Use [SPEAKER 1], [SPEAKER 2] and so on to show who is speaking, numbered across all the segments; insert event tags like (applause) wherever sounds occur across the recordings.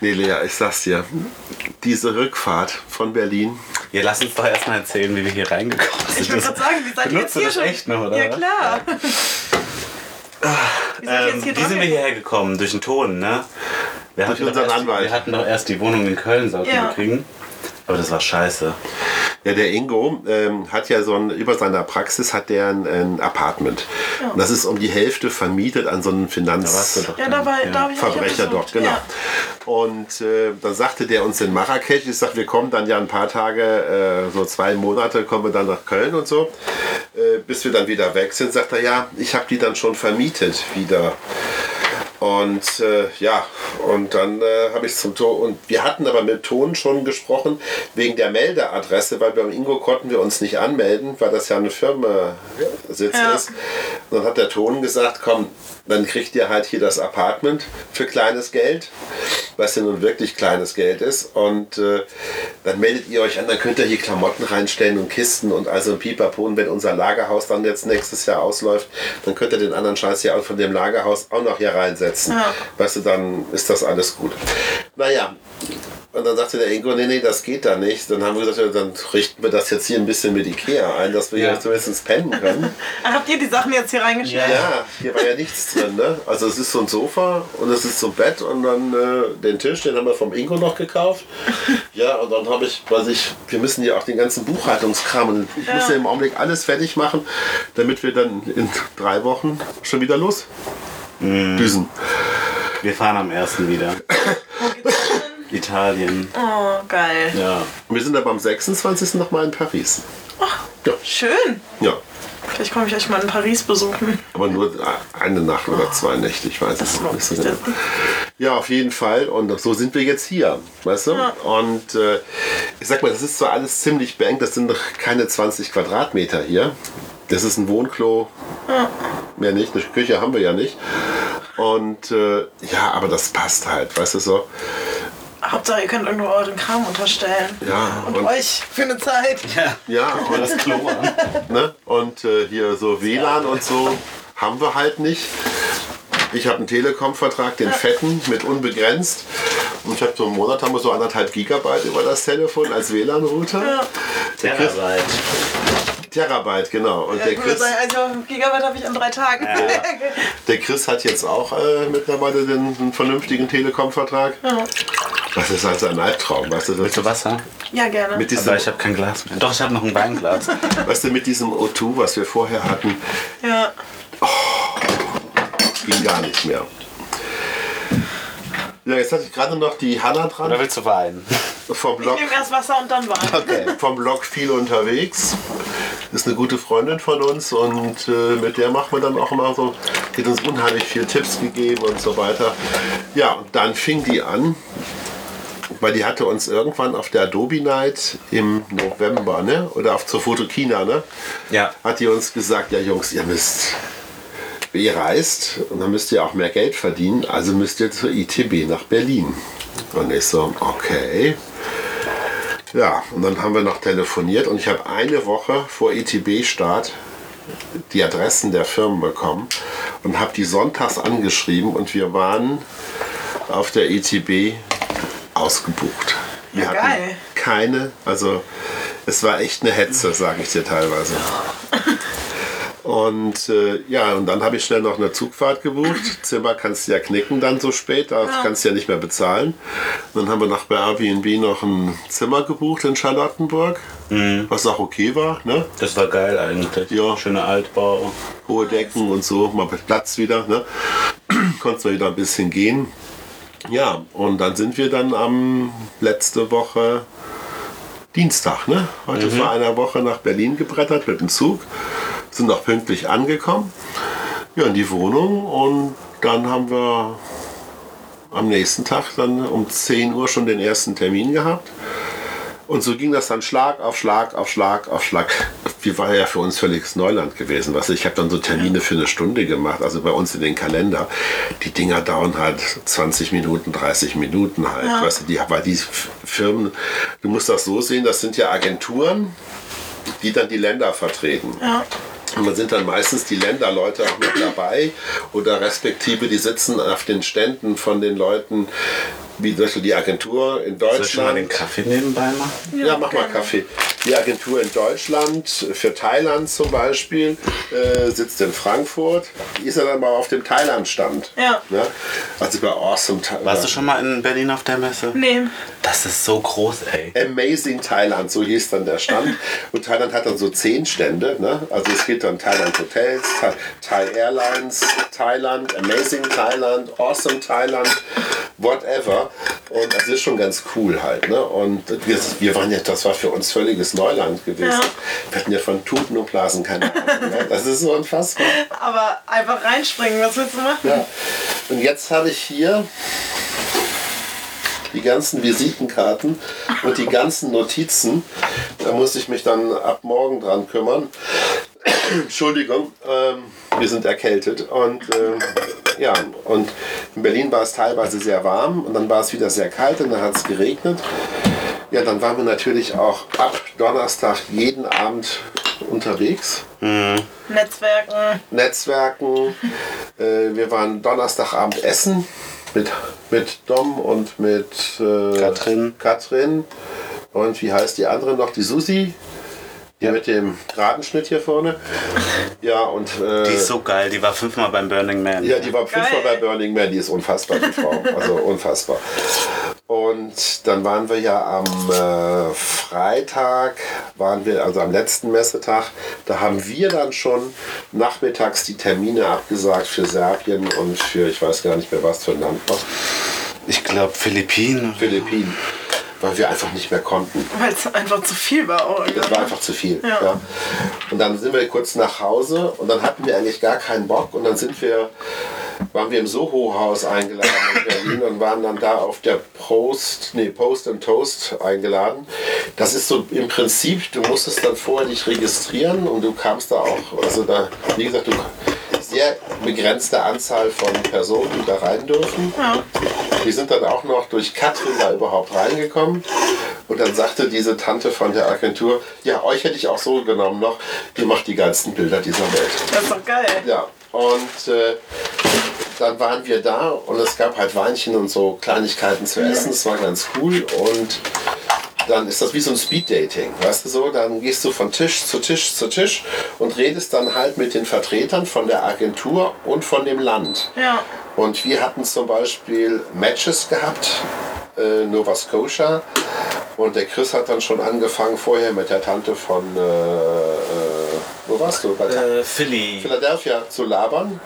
[SPEAKER 1] Nee, Lea, ich sag's dir. Diese Rückfahrt von Berlin.
[SPEAKER 2] Ja, lass uns doch erstmal erzählen, wie wir hier reingekommen sind.
[SPEAKER 3] Ich wollte gerade sagen, wie seid ihr jetzt
[SPEAKER 2] benutzt du
[SPEAKER 3] hier
[SPEAKER 2] das
[SPEAKER 3] schon?
[SPEAKER 2] echt noch, oder
[SPEAKER 3] Ja,
[SPEAKER 2] was?
[SPEAKER 3] klar. Wie seid ihr
[SPEAKER 2] Ähm,
[SPEAKER 3] jetzt hier
[SPEAKER 2] wie sind wir
[SPEAKER 3] dran?
[SPEAKER 2] hierher gekommen? Durch den Ton, ne? Wir hatten doch
[SPEAKER 1] unseren
[SPEAKER 2] erst,
[SPEAKER 1] Anwalt.
[SPEAKER 2] Wir hatten doch erst die Wohnung in Köln sollten
[SPEAKER 3] Ja.
[SPEAKER 2] wir kriegen. Aber das war scheiße.
[SPEAKER 1] Ja, der Ingo ähm, hat ja so ein, über seiner Praxis hat der ein, ein Apartment.
[SPEAKER 3] Ja.
[SPEAKER 1] Und das ist um die Hälfte vermietet an so einen Finanz.
[SPEAKER 2] Da warst du doch.
[SPEAKER 3] Ja, da, war, da habe ich euch
[SPEAKER 1] Verbrecher
[SPEAKER 3] besucht.
[SPEAKER 1] dort, genau.
[SPEAKER 3] Ja.
[SPEAKER 1] Und äh, dann sagte der uns in Marrakesch, ich sag, wir kommen dann ja ein paar Tage, äh, so zwei Monate, kommen wir dann nach Köln und so. Äh, bis wir dann wieder weg sind, sagt er, ja, ich habe die dann schon vermietet wieder. Und äh, ja, und dann äh, habe ich zum Ton, und wir hatten aber mit Ton schon gesprochen, wegen der Meldeadresse, weil beim Ingo konnten wir uns nicht anmelden, weil das ja eine Firmensitz
[SPEAKER 3] Ja.
[SPEAKER 1] ist. Und dann hat der Ton gesagt, komm, dann kriegt ihr halt hier das Apartment für kleines Geld, was ja nun wirklich kleines Geld ist. Und äh, dann meldet ihr euch an, dann könnt ihr hier Klamotten reinstellen und Kisten und also ein Pipapo. Und wenn unser Lagerhaus dann jetzt nächstes Jahr ausläuft, dann könnt ihr den anderen Scheiß hier auch von dem Lagerhaus auch noch hier reinsetzen.
[SPEAKER 3] Ja.
[SPEAKER 1] Weißt du, dann ist das alles gut. Naja, und dann sagte der Ingo, nee, nee, das geht da nicht. Dann haben wir gesagt, ja, dann richten wir das jetzt hier ein bisschen mit Ikea ein, dass wir
[SPEAKER 2] Ja.
[SPEAKER 1] hier zumindest pennen können.
[SPEAKER 3] Ah, Habt ihr die Sachen jetzt hier reingeschickt?
[SPEAKER 1] Ja, hier war ja nichts drin, ne? Also es ist so ein Sofa und es ist so ein Bett und dann äh, den Tisch, den haben wir vom Ingo noch gekauft. Ja, und dann habe ich, weiß ich, wir müssen ja auch den ganzen Buchhaltungskram und ich muss ja im Augenblick alles fertig machen, damit wir dann in drei Wochen schon wieder los düsen.
[SPEAKER 2] Wir fahren am ersten wieder. Italien.
[SPEAKER 3] Oh, geil.
[SPEAKER 2] Ja.
[SPEAKER 1] Und wir sind aber am 26. nochmal in Paris.
[SPEAKER 3] Schön.
[SPEAKER 1] Ja,
[SPEAKER 3] Vielleicht komme ich euch mal in Paris besuchen.
[SPEAKER 1] aber nur eine Nacht oder zwei Nächte, ich weiß es
[SPEAKER 3] Das
[SPEAKER 1] noch
[SPEAKER 3] lohnt
[SPEAKER 1] nicht so
[SPEAKER 3] sich
[SPEAKER 1] genau.
[SPEAKER 3] dann.
[SPEAKER 1] Ja, auf jeden Fall. Und so sind wir jetzt hier. Weißt du? Und äh, ich sag mal, das ist zwar alles ziemlich beengt, das sind noch keine 20 Quadratmeter hier. Das ist ein Wohnklo. Mehr nicht. Eine Küche haben wir ja nicht. Und äh, ja, aber das passt halt, weißt du so?
[SPEAKER 3] Hauptsache, ihr könnt irgendwo euren Kram unterstellen.
[SPEAKER 1] Ja,
[SPEAKER 3] Und,
[SPEAKER 1] und-
[SPEAKER 3] euch für eine Zeit.
[SPEAKER 1] Ja, und
[SPEAKER 2] Das Klo an.
[SPEAKER 1] Ne? Und äh, hier so WLAN und so haben wir halt nicht. Ich habe einen Telekom-Vertrag, den fetten, mit unbegrenzt. Und ich habe so im Monat haben wir so anderthalb Gigabyte über das Telefon als WLAN-Router.
[SPEAKER 2] Terrarbeit.
[SPEAKER 1] Terabyte, genau. Und der
[SPEAKER 3] Ich würde
[SPEAKER 1] Chris,
[SPEAKER 3] sagen, also Gigabyte habe ich an drei Tagen.
[SPEAKER 1] der Chris hat jetzt auch äh, mittlerweile den, einen vernünftigen Telekom-Vertrag. Das ist halt sein Albtraum, weißt du?
[SPEAKER 2] Willst du Wasser?
[SPEAKER 3] (laughs) ja, gerne.
[SPEAKER 1] Mit diesem,
[SPEAKER 2] Aber ich habe kein Glas mehr. Doch, ich habe noch ein Weinglas.
[SPEAKER 1] weißt du, mit diesem O2, was wir vorher hatten,
[SPEAKER 3] ja.
[SPEAKER 1] ging gar nicht mehr. Ja, jetzt hatte ich gerade noch die Hanna dran.
[SPEAKER 2] (laughs) Oder willst du Wein?
[SPEAKER 1] vom
[SPEAKER 3] Ich
[SPEAKER 1] Blog,
[SPEAKER 3] nehme erst Wasser und dann Wein.
[SPEAKER 1] okay, vom Blog viel unterwegs. Ist eine gute Freundin von uns und äh, mit der machen wir dann auch immer so, die hat uns unheimlich viel Tipps gegeben und so weiter. Ja, und dann fing die an, weil die hatte uns irgendwann auf der Adobe Night im November, ne? Oder auf zur Fotokina, ne?
[SPEAKER 2] Ja.
[SPEAKER 1] hat die uns gesagt, ja Jungs, ihr müsst, wenn ihr reist, und dann müsst ihr auch mehr Geld verdienen, also müsst ihr zur ITB nach Berlin. Und ich so, okay. Ja, und dann haben wir noch telefoniert und ich habe eine Woche vor ITB-Start die Adressen der Firmen bekommen und habe die sonntags angeschrieben und wir waren auf der ITB ausgebucht. Wir
[SPEAKER 3] Ja,
[SPEAKER 1] hatten
[SPEAKER 3] geil.
[SPEAKER 1] keine, also es war echt eine Hetze, sage ich dir teilweise. Und äh, ja, und dann habe ich schnell noch eine Zugfahrt gebucht. Zimmer kannst du ja knicken dann so spät, da kannst du ja nicht mehr bezahlen. Und dann haben wir noch bei Airbnb noch ein Zimmer gebucht in Charlottenburg, was auch okay war. Ne?
[SPEAKER 2] Das war geil eigentlich.
[SPEAKER 1] Ja.
[SPEAKER 2] Schöner Altbau.
[SPEAKER 1] hohe Decken und so, mal Platz wieder. Ne? (clears throat) Konntest du wieder ein bisschen gehen. Ja, und dann sind wir dann am letzte Woche Dienstag, ne? Heute vor einer Woche nach Berlin gebrettert mit dem Zug. Sind auch pünktlich angekommen. Ja, in die Wohnung und dann haben wir am nächsten Tag dann um 10 Uhr schon den ersten Termin gehabt. Und so ging das dann Schlag auf Schlag auf Schlag auf Schlag. Wir war ja für uns völliges Neuland gewesen. Was ich habe dann so Termine für eine Stunde gemacht, also bei uns in den Kalender. Die Dinger dauern halt 20 Minuten, 30 Minuten halt. Weißt du, die, weil die F- Firmen, du musst das so sehen, das sind ja Agenturen, die dann die Länder vertreten. Und da sind dann meistens die Länderleute auch mit dabei oder respektive die sitzen auf den Ständen von den Leuten, wie zum Beispiel die Agentur in
[SPEAKER 2] Soll ich schon mal den
[SPEAKER 1] Deutschland.
[SPEAKER 2] Kaffee nebenbei machen?
[SPEAKER 1] Ja, mach mal Kaffee. Die Agentur in Deutschland, äh, für Thailand zum Beispiel, äh, sitzt in Frankfurt. Die ist ja dann mal auf dem Thailand-Stand.
[SPEAKER 3] Ja.
[SPEAKER 1] Ne? Also bei Awesome Thailand.
[SPEAKER 2] Warst du schon mal in Berlin auf der Messe?
[SPEAKER 3] Nee.
[SPEAKER 2] Das ist so groß, ey.
[SPEAKER 1] Amazing Thailand, so hieß dann der Stand. Und Thailand hat dann so zehn Stände. Ne? Also es geht dann Thailand Hotels, Thai, Thai Airlines, Thailand, Amazing Thailand, Awesome Thailand, whatever. Und das ist schon ganz cool halt. Ne? Und wir, wir waren ja, das war für uns völliges Neuland gewesen.
[SPEAKER 3] Ja.
[SPEAKER 1] Wir hatten ja von Tuten und Blasen keine Ahnung. Ne? Das ist so unfassbar.
[SPEAKER 3] Aber einfach reinspringen, was willst du machen?
[SPEAKER 1] Ja. Und jetzt habe ich hier die ganzen Visitenkarten und die ganzen Notizen. Da muss ich mich dann ab morgen dran kümmern. Entschuldigung, ähm, wir sind erkältet. Und ähm, ja, und in Berlin war es teilweise sehr warm und dann war es wieder sehr kalt und dann hat es geregnet. Ja, dann waren wir natürlich auch ab Donnerstag jeden Abend unterwegs.
[SPEAKER 3] Netzwerken.
[SPEAKER 1] Netzwerken. Äh, wir waren Donnerstagabend essen mit, mit Dom und mit äh,
[SPEAKER 2] Katrin.
[SPEAKER 1] Katrin. Und wie heißt die andere noch? Die Susi. Die mit dem geraden Schnitt hier vorne. Ja, und. Äh,
[SPEAKER 2] Die ist so geil, die war fünfmal beim Burning Man.
[SPEAKER 1] ja, die war fünfmal bei
[SPEAKER 3] Geil.
[SPEAKER 1] Burning Man, die ist unfassbar, die Frau. Also unfassbar. Und dann waren wir ja am äh, Freitag, waren wir, also am letzten Messetag, da haben wir dann schon nachmittags die Termine abgesagt für Serbien und für, ich weiß gar nicht mehr was für ein Land noch,
[SPEAKER 2] Ich glaube Philippinen.
[SPEAKER 1] Philippinen, weil wir einfach nicht mehr konnten.
[SPEAKER 3] Weil es einfach zu viel war, Oh oder?
[SPEAKER 1] Das war einfach zu viel. Ja.
[SPEAKER 3] Ja.
[SPEAKER 1] Und dann sind wir kurz nach Hause und dann hatten wir eigentlich gar keinen Bock und dann sind wir, waren wir im Soho-Haus eingeladen in Berlin und waren dann da auf der Post, nee, Post and Toast eingeladen. Das ist so im Prinzip, du musstest dann vorher dich registrieren und du kamst da auch, also da, wie gesagt, du sehr begrenzte Anzahl von Personen, die da rein dürfen. Wir sind dann auch noch durch Katrin da überhaupt reingekommen. Und dann sagte diese Tante von der Agentur, ja, euch hätte ich auch so genommen noch, die macht die geilsten Bilder dieser Welt.
[SPEAKER 3] Das ist doch geil.
[SPEAKER 1] Ja, und äh, dann waren wir da und es gab halt Weinchen und so Kleinigkeiten zu essen. Das war ganz cool und dann ist das wie so ein Speed-Dating, weißt du so? Dann gehst du von Tisch zu Tisch zu Tisch und redest dann halt mit den Vertretern von der Agentur und von dem Land.
[SPEAKER 3] Ja.
[SPEAKER 1] Und wir hatten zum Beispiel Matches gehabt, äh, Nova Scotia. Und der Chris hat dann schon angefangen vorher mit der Tante von, äh, äh, wo warst du? Bei Ta-
[SPEAKER 2] Äh, Philly.
[SPEAKER 1] Philadelphia zu labern.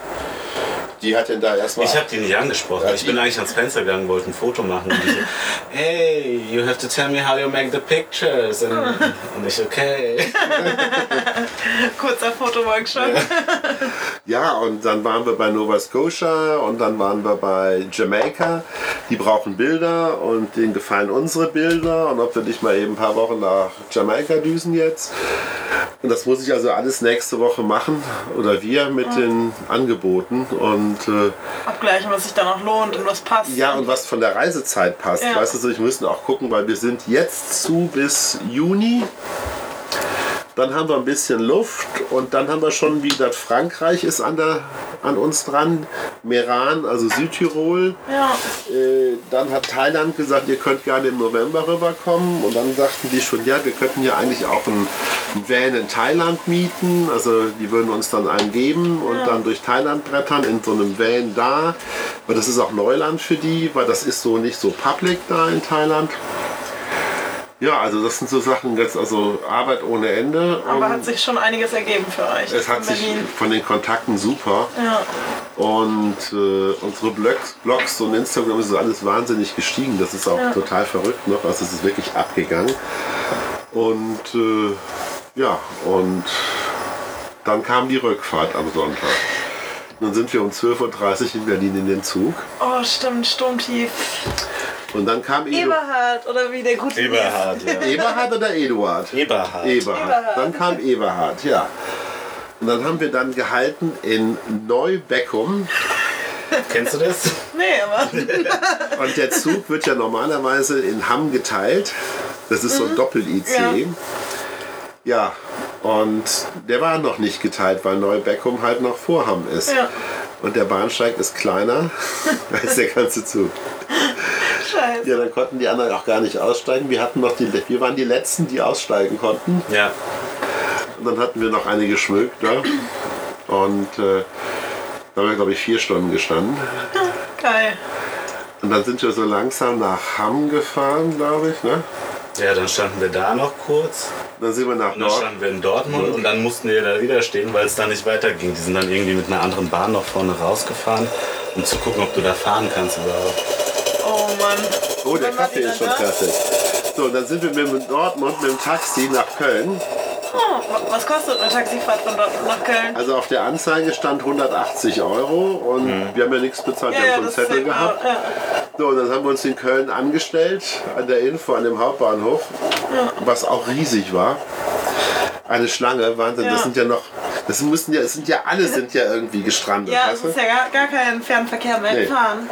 [SPEAKER 1] Die hat ihn da erstmal.
[SPEAKER 2] Ich habe die nicht angesprochen. Ich bin eigentlich ans Fenster gegangen, wollte ein Foto machen. Und die so, hey, you have to tell me how you make the pictures. And, und ich, okay.
[SPEAKER 3] Kurzer Fotoworkshop.
[SPEAKER 1] Ja, und dann waren wir bei Nova Scotia und dann waren wir bei Jamaica. Die brauchen Bilder und denen gefallen unsere Bilder. Und ob wir nicht mal eben ein paar Wochen nach Jamaika düsen jetzt. Und das muss ich also alles nächste Woche machen. Oder wir mit den Angeboten. Und äh,
[SPEAKER 3] Abgleichen, was sich da noch lohnt und was passt.
[SPEAKER 1] ja, und was von der Reisezeit passt.
[SPEAKER 3] Ja.
[SPEAKER 1] Weißt du, so, ich müssen auch gucken, weil wir sind jetzt zu bis Juni. Dann haben wir ein bisschen Luft und dann haben wir schon, wie gesagt, Frankreich ist an, der, an uns dran, Meran, also Südtirol.
[SPEAKER 3] Ja.
[SPEAKER 1] Äh, dann hat Thailand gesagt, ihr könnt gerne im November rüberkommen. Und dann sagten die schon, ja, wir könnten ja eigentlich auch einen Van in Thailand mieten. Also die würden uns dann einen geben und dann durch Thailand brettern in so einem Van da. Weil das ist auch Neuland für die, weil das ist so nicht so public da in Thailand. Ja, also das sind so Sachen, jetzt also Arbeit ohne Ende.
[SPEAKER 3] Aber
[SPEAKER 1] Und
[SPEAKER 3] hat sich schon einiges ergeben für euch.
[SPEAKER 1] es hat
[SPEAKER 3] in
[SPEAKER 1] sich
[SPEAKER 3] Berlin.
[SPEAKER 1] von den Kontakten super.
[SPEAKER 3] Ja.
[SPEAKER 1] Und äh, unsere Blogs, Blogs und Instagram ist alles wahnsinnig gestiegen. Das ist auch total verrückt noch. Also es ist wirklich abgegangen. Und äh, ja, und dann kam die Rückfahrt am Sonntag. Dann sind wir um 12.30 Uhr in Berlin in den Zug.
[SPEAKER 3] Oh, stimmt, Sturmtief.
[SPEAKER 1] Und dann kam Edu
[SPEAKER 3] Eberhard, oder wie der gute
[SPEAKER 2] Eberhard, ja. E-
[SPEAKER 1] Eberhard oder Eduard?
[SPEAKER 2] Eberhard.
[SPEAKER 1] Eberhard.
[SPEAKER 3] Eberhard.
[SPEAKER 1] Dann kam Eberhard, ja. Und dann haben wir dann gehalten in Neubeckum.
[SPEAKER 2] Kennst du das?
[SPEAKER 1] (laughs)
[SPEAKER 3] Nee, aber
[SPEAKER 1] Und der Zug wird ja normalerweise in Hamm geteilt. Das ist so ein Doppel-IC. Ja.
[SPEAKER 3] Mhm. Ja.
[SPEAKER 1] und der war noch nicht geteilt, weil Neubeckum halt noch vor Hamm ist.
[SPEAKER 3] Ja. (laughs)
[SPEAKER 1] Und der Bahnsteig ist kleiner als der ganze Zug.
[SPEAKER 3] Scheiße.
[SPEAKER 1] Ja, dann konnten die anderen auch gar nicht aussteigen. Wir, hatten noch die, wir waren die Letzten, die aussteigen konnten.
[SPEAKER 2] Ja.
[SPEAKER 1] Und dann hatten wir noch eine geschmückt. Ne? Und äh, da haben wir, glaube ich, vier Stunden gestanden.
[SPEAKER 3] Geil.
[SPEAKER 1] Und dann sind wir so langsam nach Hamm gefahren, glaube ich. Ne?
[SPEAKER 2] Ja, dann standen wir da noch kurz.
[SPEAKER 1] Dann sind wir nach
[SPEAKER 2] Und dann
[SPEAKER 1] Nord.
[SPEAKER 2] standen wir in Dortmund und dann mussten wir da wieder stehen, weil es da nicht weiterging. Die sind dann irgendwie mit einer anderen Bahn noch vorne rausgefahren, um zu gucken, ob du da fahren kannst überhaupt.
[SPEAKER 3] Oh Mann.
[SPEAKER 1] Oh, der
[SPEAKER 3] Wann war
[SPEAKER 1] Kaffee
[SPEAKER 3] die
[SPEAKER 1] ist schon
[SPEAKER 3] dann da?
[SPEAKER 1] fertig. So, dann sind wir mit Dortmund mit dem Taxi nach Köln.
[SPEAKER 3] Oh, wa- was kostet eine Taxifahrt von Dortmund nach Köln?
[SPEAKER 1] Also auf der Anzeige stand 180 Euro und wir haben ja nichts bezahlt, wir haben so einen Zettel
[SPEAKER 3] zählt auch,
[SPEAKER 1] gehabt.
[SPEAKER 3] ja.
[SPEAKER 1] So, und dann haben wir uns in Köln angestellt, an der Info, an dem Hauptbahnhof, was auch riesig war. Eine Schlange, Wahnsinn,
[SPEAKER 3] Ja.
[SPEAKER 1] das sind ja noch, das müssen ja, es sind ja alle sind ja irgendwie gestrandet,
[SPEAKER 3] Ja, es
[SPEAKER 1] weißt du?
[SPEAKER 3] ist ja gar, gar kein Fernverkehr mehr
[SPEAKER 1] Nee.
[SPEAKER 3] gefahren.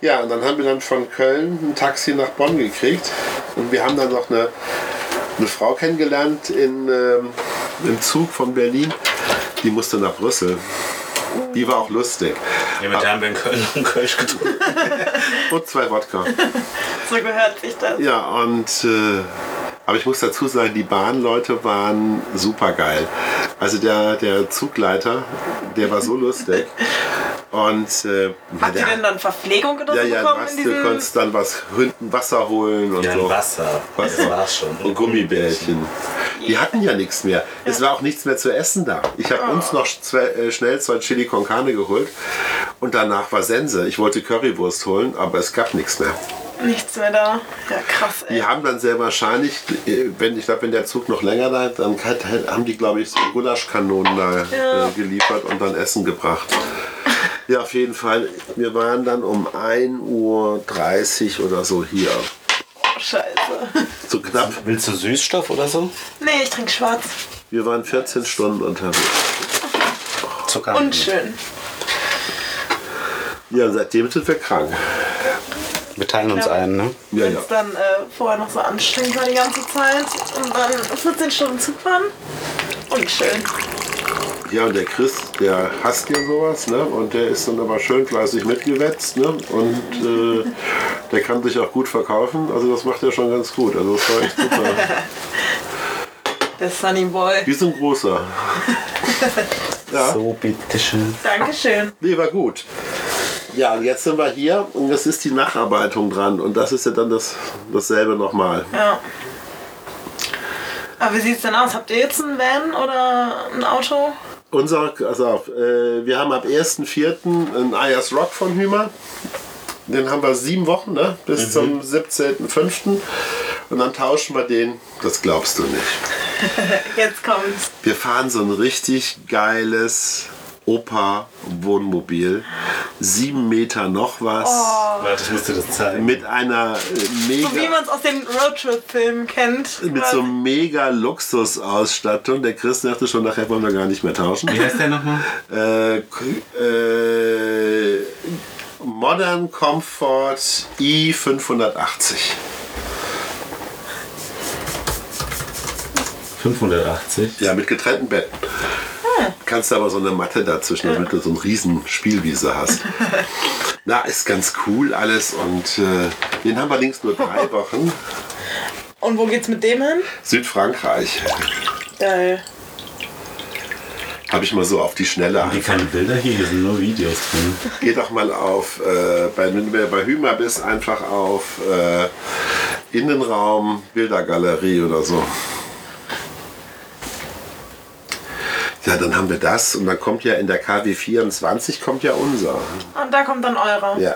[SPEAKER 1] Ja, und dann haben wir dann von Köln ein Taxi nach Bonn gekriegt. Und wir haben dann noch eine, eine Frau kennengelernt in, ähm, im Zug von Berlin. Die musste nach Brüssel. Die war auch lustig.
[SPEAKER 2] Ja, mit der haben wir in Köln noch einen Kölsch getrunken.
[SPEAKER 1] Und zwei Wodka.
[SPEAKER 3] So gehört sich das.
[SPEAKER 1] Ja, und. Äh, aber ich muss dazu sagen, die Bahnleute waren super geil. Also der, der Zugleiter, der war so lustig. Und äh,
[SPEAKER 3] Habt
[SPEAKER 1] der,
[SPEAKER 3] ihr denn dann Verpflegung oder
[SPEAKER 1] ja,
[SPEAKER 3] so
[SPEAKER 1] ja,
[SPEAKER 3] bekommen
[SPEAKER 1] was,
[SPEAKER 3] in
[SPEAKER 1] du
[SPEAKER 3] diesem...
[SPEAKER 1] konntest dann was hinten Wasser holen und
[SPEAKER 2] Ja,
[SPEAKER 1] so.
[SPEAKER 2] ein Wasser.
[SPEAKER 1] Was?
[SPEAKER 2] Das war's schon.
[SPEAKER 1] Und Gummibärchen. Die hatten ja nichts mehr. Es war auch nichts mehr zu essen da. Ich habe uns noch zwe- äh, schnell zwei Chili con Carne geholt und danach war Sense. Ich wollte Currywurst holen, aber es gab nichts mehr.
[SPEAKER 3] Nichts mehr da. Ja, krass, ey.
[SPEAKER 1] Die haben dann sehr wahrscheinlich, äh, wenn ich glaube, wenn der Zug noch länger da, dann hat, haben die glaube ich so Gulaschkanonen da äh, geliefert und dann Essen gebracht. Ja, auf jeden Fall. Wir waren dann um 1.30 Uhr oder so hier.
[SPEAKER 3] Scheiße. (laughs)
[SPEAKER 1] So knapp.
[SPEAKER 2] Willst du Süßstoff oder so?
[SPEAKER 3] Nee, ich trinke schwarz.
[SPEAKER 1] Wir waren 14 Stunden unterwegs.
[SPEAKER 2] Zucker.
[SPEAKER 3] Unschön.
[SPEAKER 1] Ja, seitdem sind wir krank.
[SPEAKER 2] Wir teilen uns einen, ne?
[SPEAKER 1] Ja,
[SPEAKER 3] Wenn
[SPEAKER 1] ja.
[SPEAKER 3] es dann äh, vorher noch so anstrengend war die ganze Zeit und dann 14 Stunden Zug fahren. Unschön.
[SPEAKER 1] Ja, und der Chris, der hasst ja sowas, ne? Und der ist dann aber schön fleißig mitgewetzt, ne? Und äh, der kann sich auch gut verkaufen. Also das macht er schon ganz gut. Also das war echt super.
[SPEAKER 3] Der Sunny Boy.
[SPEAKER 1] Wie so ein großer. Ja,
[SPEAKER 2] So, bitteschön.
[SPEAKER 3] Dankeschön.
[SPEAKER 1] nee, war gut. Ja, und jetzt sind wir hier und das ist die Nacharbeitung dran. Und das ist ja dann das, dasselbe nochmal.
[SPEAKER 3] Ja. Aber wie sieht's denn aus? Habt ihr jetzt einen Van oder ein Auto?
[SPEAKER 1] Unser, also auf, äh, wir haben ab 1.4. einen Ayers Rock von Hümer. Den haben wir sieben Wochen, ne? Bis zum 17.5. Und dann tauschen wir den. Das glaubst du nicht.
[SPEAKER 3] Jetzt kommt's.
[SPEAKER 1] Wir fahren so ein richtig geiles Opa-Wohnmobil. Sieben Meter noch was.
[SPEAKER 2] Warte, ich muss dir das zeigen.
[SPEAKER 1] Mit einer äh, mega.
[SPEAKER 3] Oh. So wie man es aus den Roadtrip-Filmen kennt.
[SPEAKER 1] mit so einer mega Luxusausstattung. Der Chris dachte schon, nachher wollen wir gar nicht mehr tauschen.
[SPEAKER 2] Wie heißt der nochmal?
[SPEAKER 1] äh, k- äh, Modern Comfort i580.
[SPEAKER 2] 580.
[SPEAKER 1] Ja, mit getrennten Betten. Kannst aber so eine Matte dazwischen, damit du so einen riesen Spielwiese hast. Na, ist ganz cool alles und äh, den haben wir links nur drei Wochen.
[SPEAKER 3] Und wo geht's mit dem hin?
[SPEAKER 1] Südfrankreich
[SPEAKER 3] Geil.
[SPEAKER 1] habe ich mal so auf die Schnelle.
[SPEAKER 2] Haben die keine Bilder hier? Hier sind nur Videos drin.
[SPEAKER 1] Geh doch mal auf, äh, bei, wenn du bei Hümer bist, einfach auf äh, Innenraum, Bildergalerie oder so. Ja, dann haben wir das und dann kommt ja in der KW 24 kommt ja unser.
[SPEAKER 3] Und Ah, da kommt dann eurer.
[SPEAKER 1] Ja,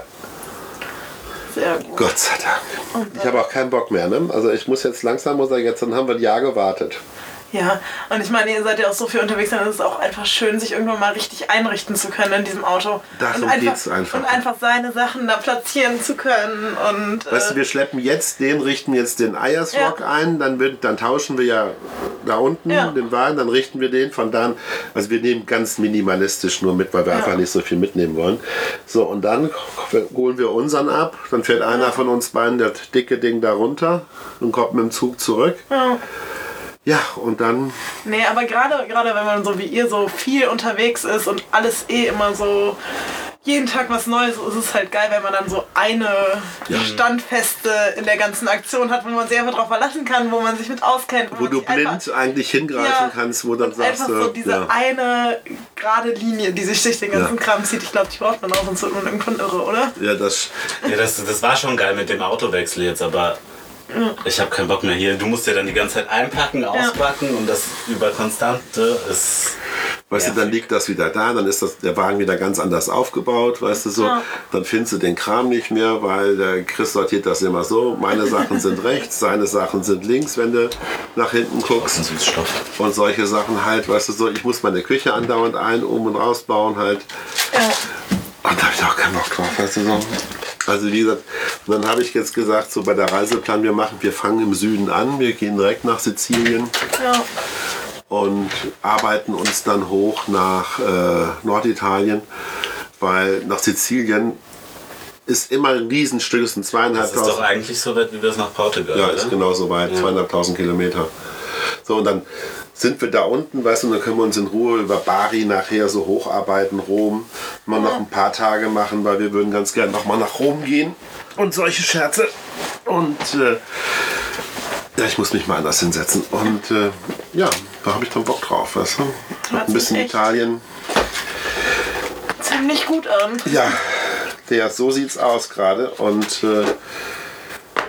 [SPEAKER 3] Sehr gut.
[SPEAKER 1] Gott sei Dank. Ich habe auch keinen Bock mehr, ne? Also ich muss jetzt langsam, muss er jetzt, dann haben wir ein Jahr gewartet.
[SPEAKER 3] Ja, und ich meine, ihr seid ja auch so viel unterwegs, dann ist es auch einfach schön, sich irgendwann mal richtig einrichten zu können in diesem Auto.
[SPEAKER 1] Darum
[SPEAKER 3] und einfach,
[SPEAKER 1] geht's einfach.
[SPEAKER 3] Und einfach seine Sachen da platzieren zu können. Und äh,
[SPEAKER 1] Weißt du, wir schleppen jetzt den, richten jetzt den Eiersrock
[SPEAKER 3] Ja.
[SPEAKER 1] ein, dann, wird, dann tauschen wir ja da unten
[SPEAKER 3] Ja.
[SPEAKER 1] den Wagen, dann richten wir den von dann. Also wir nehmen ganz minimalistisch nur mit, weil wir einfach nicht so viel mitnehmen wollen. So, und dann holen wir unseren ab, dann fährt einer von uns beiden das dicke Ding da runter und kommt mit dem Zug zurück.
[SPEAKER 3] Ja.
[SPEAKER 1] Ja, und dann
[SPEAKER 3] nee, aber gerade gerade wenn man so wie ihr so viel unterwegs ist und alles eh immer so jeden Tag was Neues ist, ist es halt geil, wenn man dann so eine Standfeste in der ganzen Aktion hat, wo man sich einfach drauf verlassen kann, wo man sich mit auskennt.
[SPEAKER 1] Wo
[SPEAKER 3] man
[SPEAKER 1] du
[SPEAKER 3] sich einfach-
[SPEAKER 1] blind eigentlich hingreifen
[SPEAKER 3] Ja.
[SPEAKER 1] kannst, wo dann sagst
[SPEAKER 3] Einfach
[SPEAKER 1] du.
[SPEAKER 3] so diese
[SPEAKER 1] ja.
[SPEAKER 3] eine gerade Linie, die sich durch den ganzen
[SPEAKER 1] Ja.
[SPEAKER 3] Kram zieht. Ich glaube, die braucht man auch, sonst wird man irgendwann irre, oder?
[SPEAKER 1] ja, das.
[SPEAKER 2] Ja, das, das war schon geil mit dem Autowechsel jetzt, aber ich habe keinen Bock mehr hier. Du musst ja dann die ganze Zeit einpacken, auspacken und das über Konstante ist.
[SPEAKER 1] Weißt du, dann
[SPEAKER 2] Nervig.
[SPEAKER 1] liegt das wieder da, dann ist das, der Wagen wieder ganz anders aufgebaut, weißt du so.
[SPEAKER 3] Ja.
[SPEAKER 1] Dann findest du den Kram nicht mehr, weil der Chris sortiert das immer so. Meine Sachen sind rechts, seine Sachen sind links, wenn du nach hinten guckst.
[SPEAKER 2] Süßstoff.
[SPEAKER 1] Und solche Sachen halt, weißt du so, ich muss meine Küche andauernd ein, um und ausbauen halt.
[SPEAKER 3] Ja.
[SPEAKER 1] Und da habe ich auch keinen Bock drauf, weißt du so. Also wie gesagt, und dann habe ich jetzt gesagt, so bei der Reiseplan, wir machen, wir fangen im Süden an, wir gehen direkt nach Sizilien
[SPEAKER 3] ja.
[SPEAKER 1] und arbeiten uns dann hoch nach äh, Norditalien, weil nach Sizilien ist immer ein Riesenstück, es sind
[SPEAKER 2] Das ist doch
[SPEAKER 1] zweieinhalbtausend.
[SPEAKER 2] eigentlich so weit wie das nach Portugal.
[SPEAKER 1] ne? Ja,
[SPEAKER 2] oder?
[SPEAKER 1] ist genauso weit, zweieinhalbtausend Kilometer. So, und dann sind wir da unten, weißt du, und dann können wir uns in Ruhe über Bari nachher so hocharbeiten, Rom, mal noch ein paar Tage machen, weil wir würden ganz gerne nochmal nach Rom gehen und solche Scherze. Und äh, ja, ich muss mich mal anders hinsetzen. Und äh, ja, da habe ich dann Bock drauf, weißt du?
[SPEAKER 3] Hört
[SPEAKER 1] Ein
[SPEAKER 3] sich
[SPEAKER 1] bisschen
[SPEAKER 3] echt-
[SPEAKER 1] Italien.
[SPEAKER 3] Ziemlich gut an.
[SPEAKER 1] Ja, der, so sieht's aus gerade. Und äh,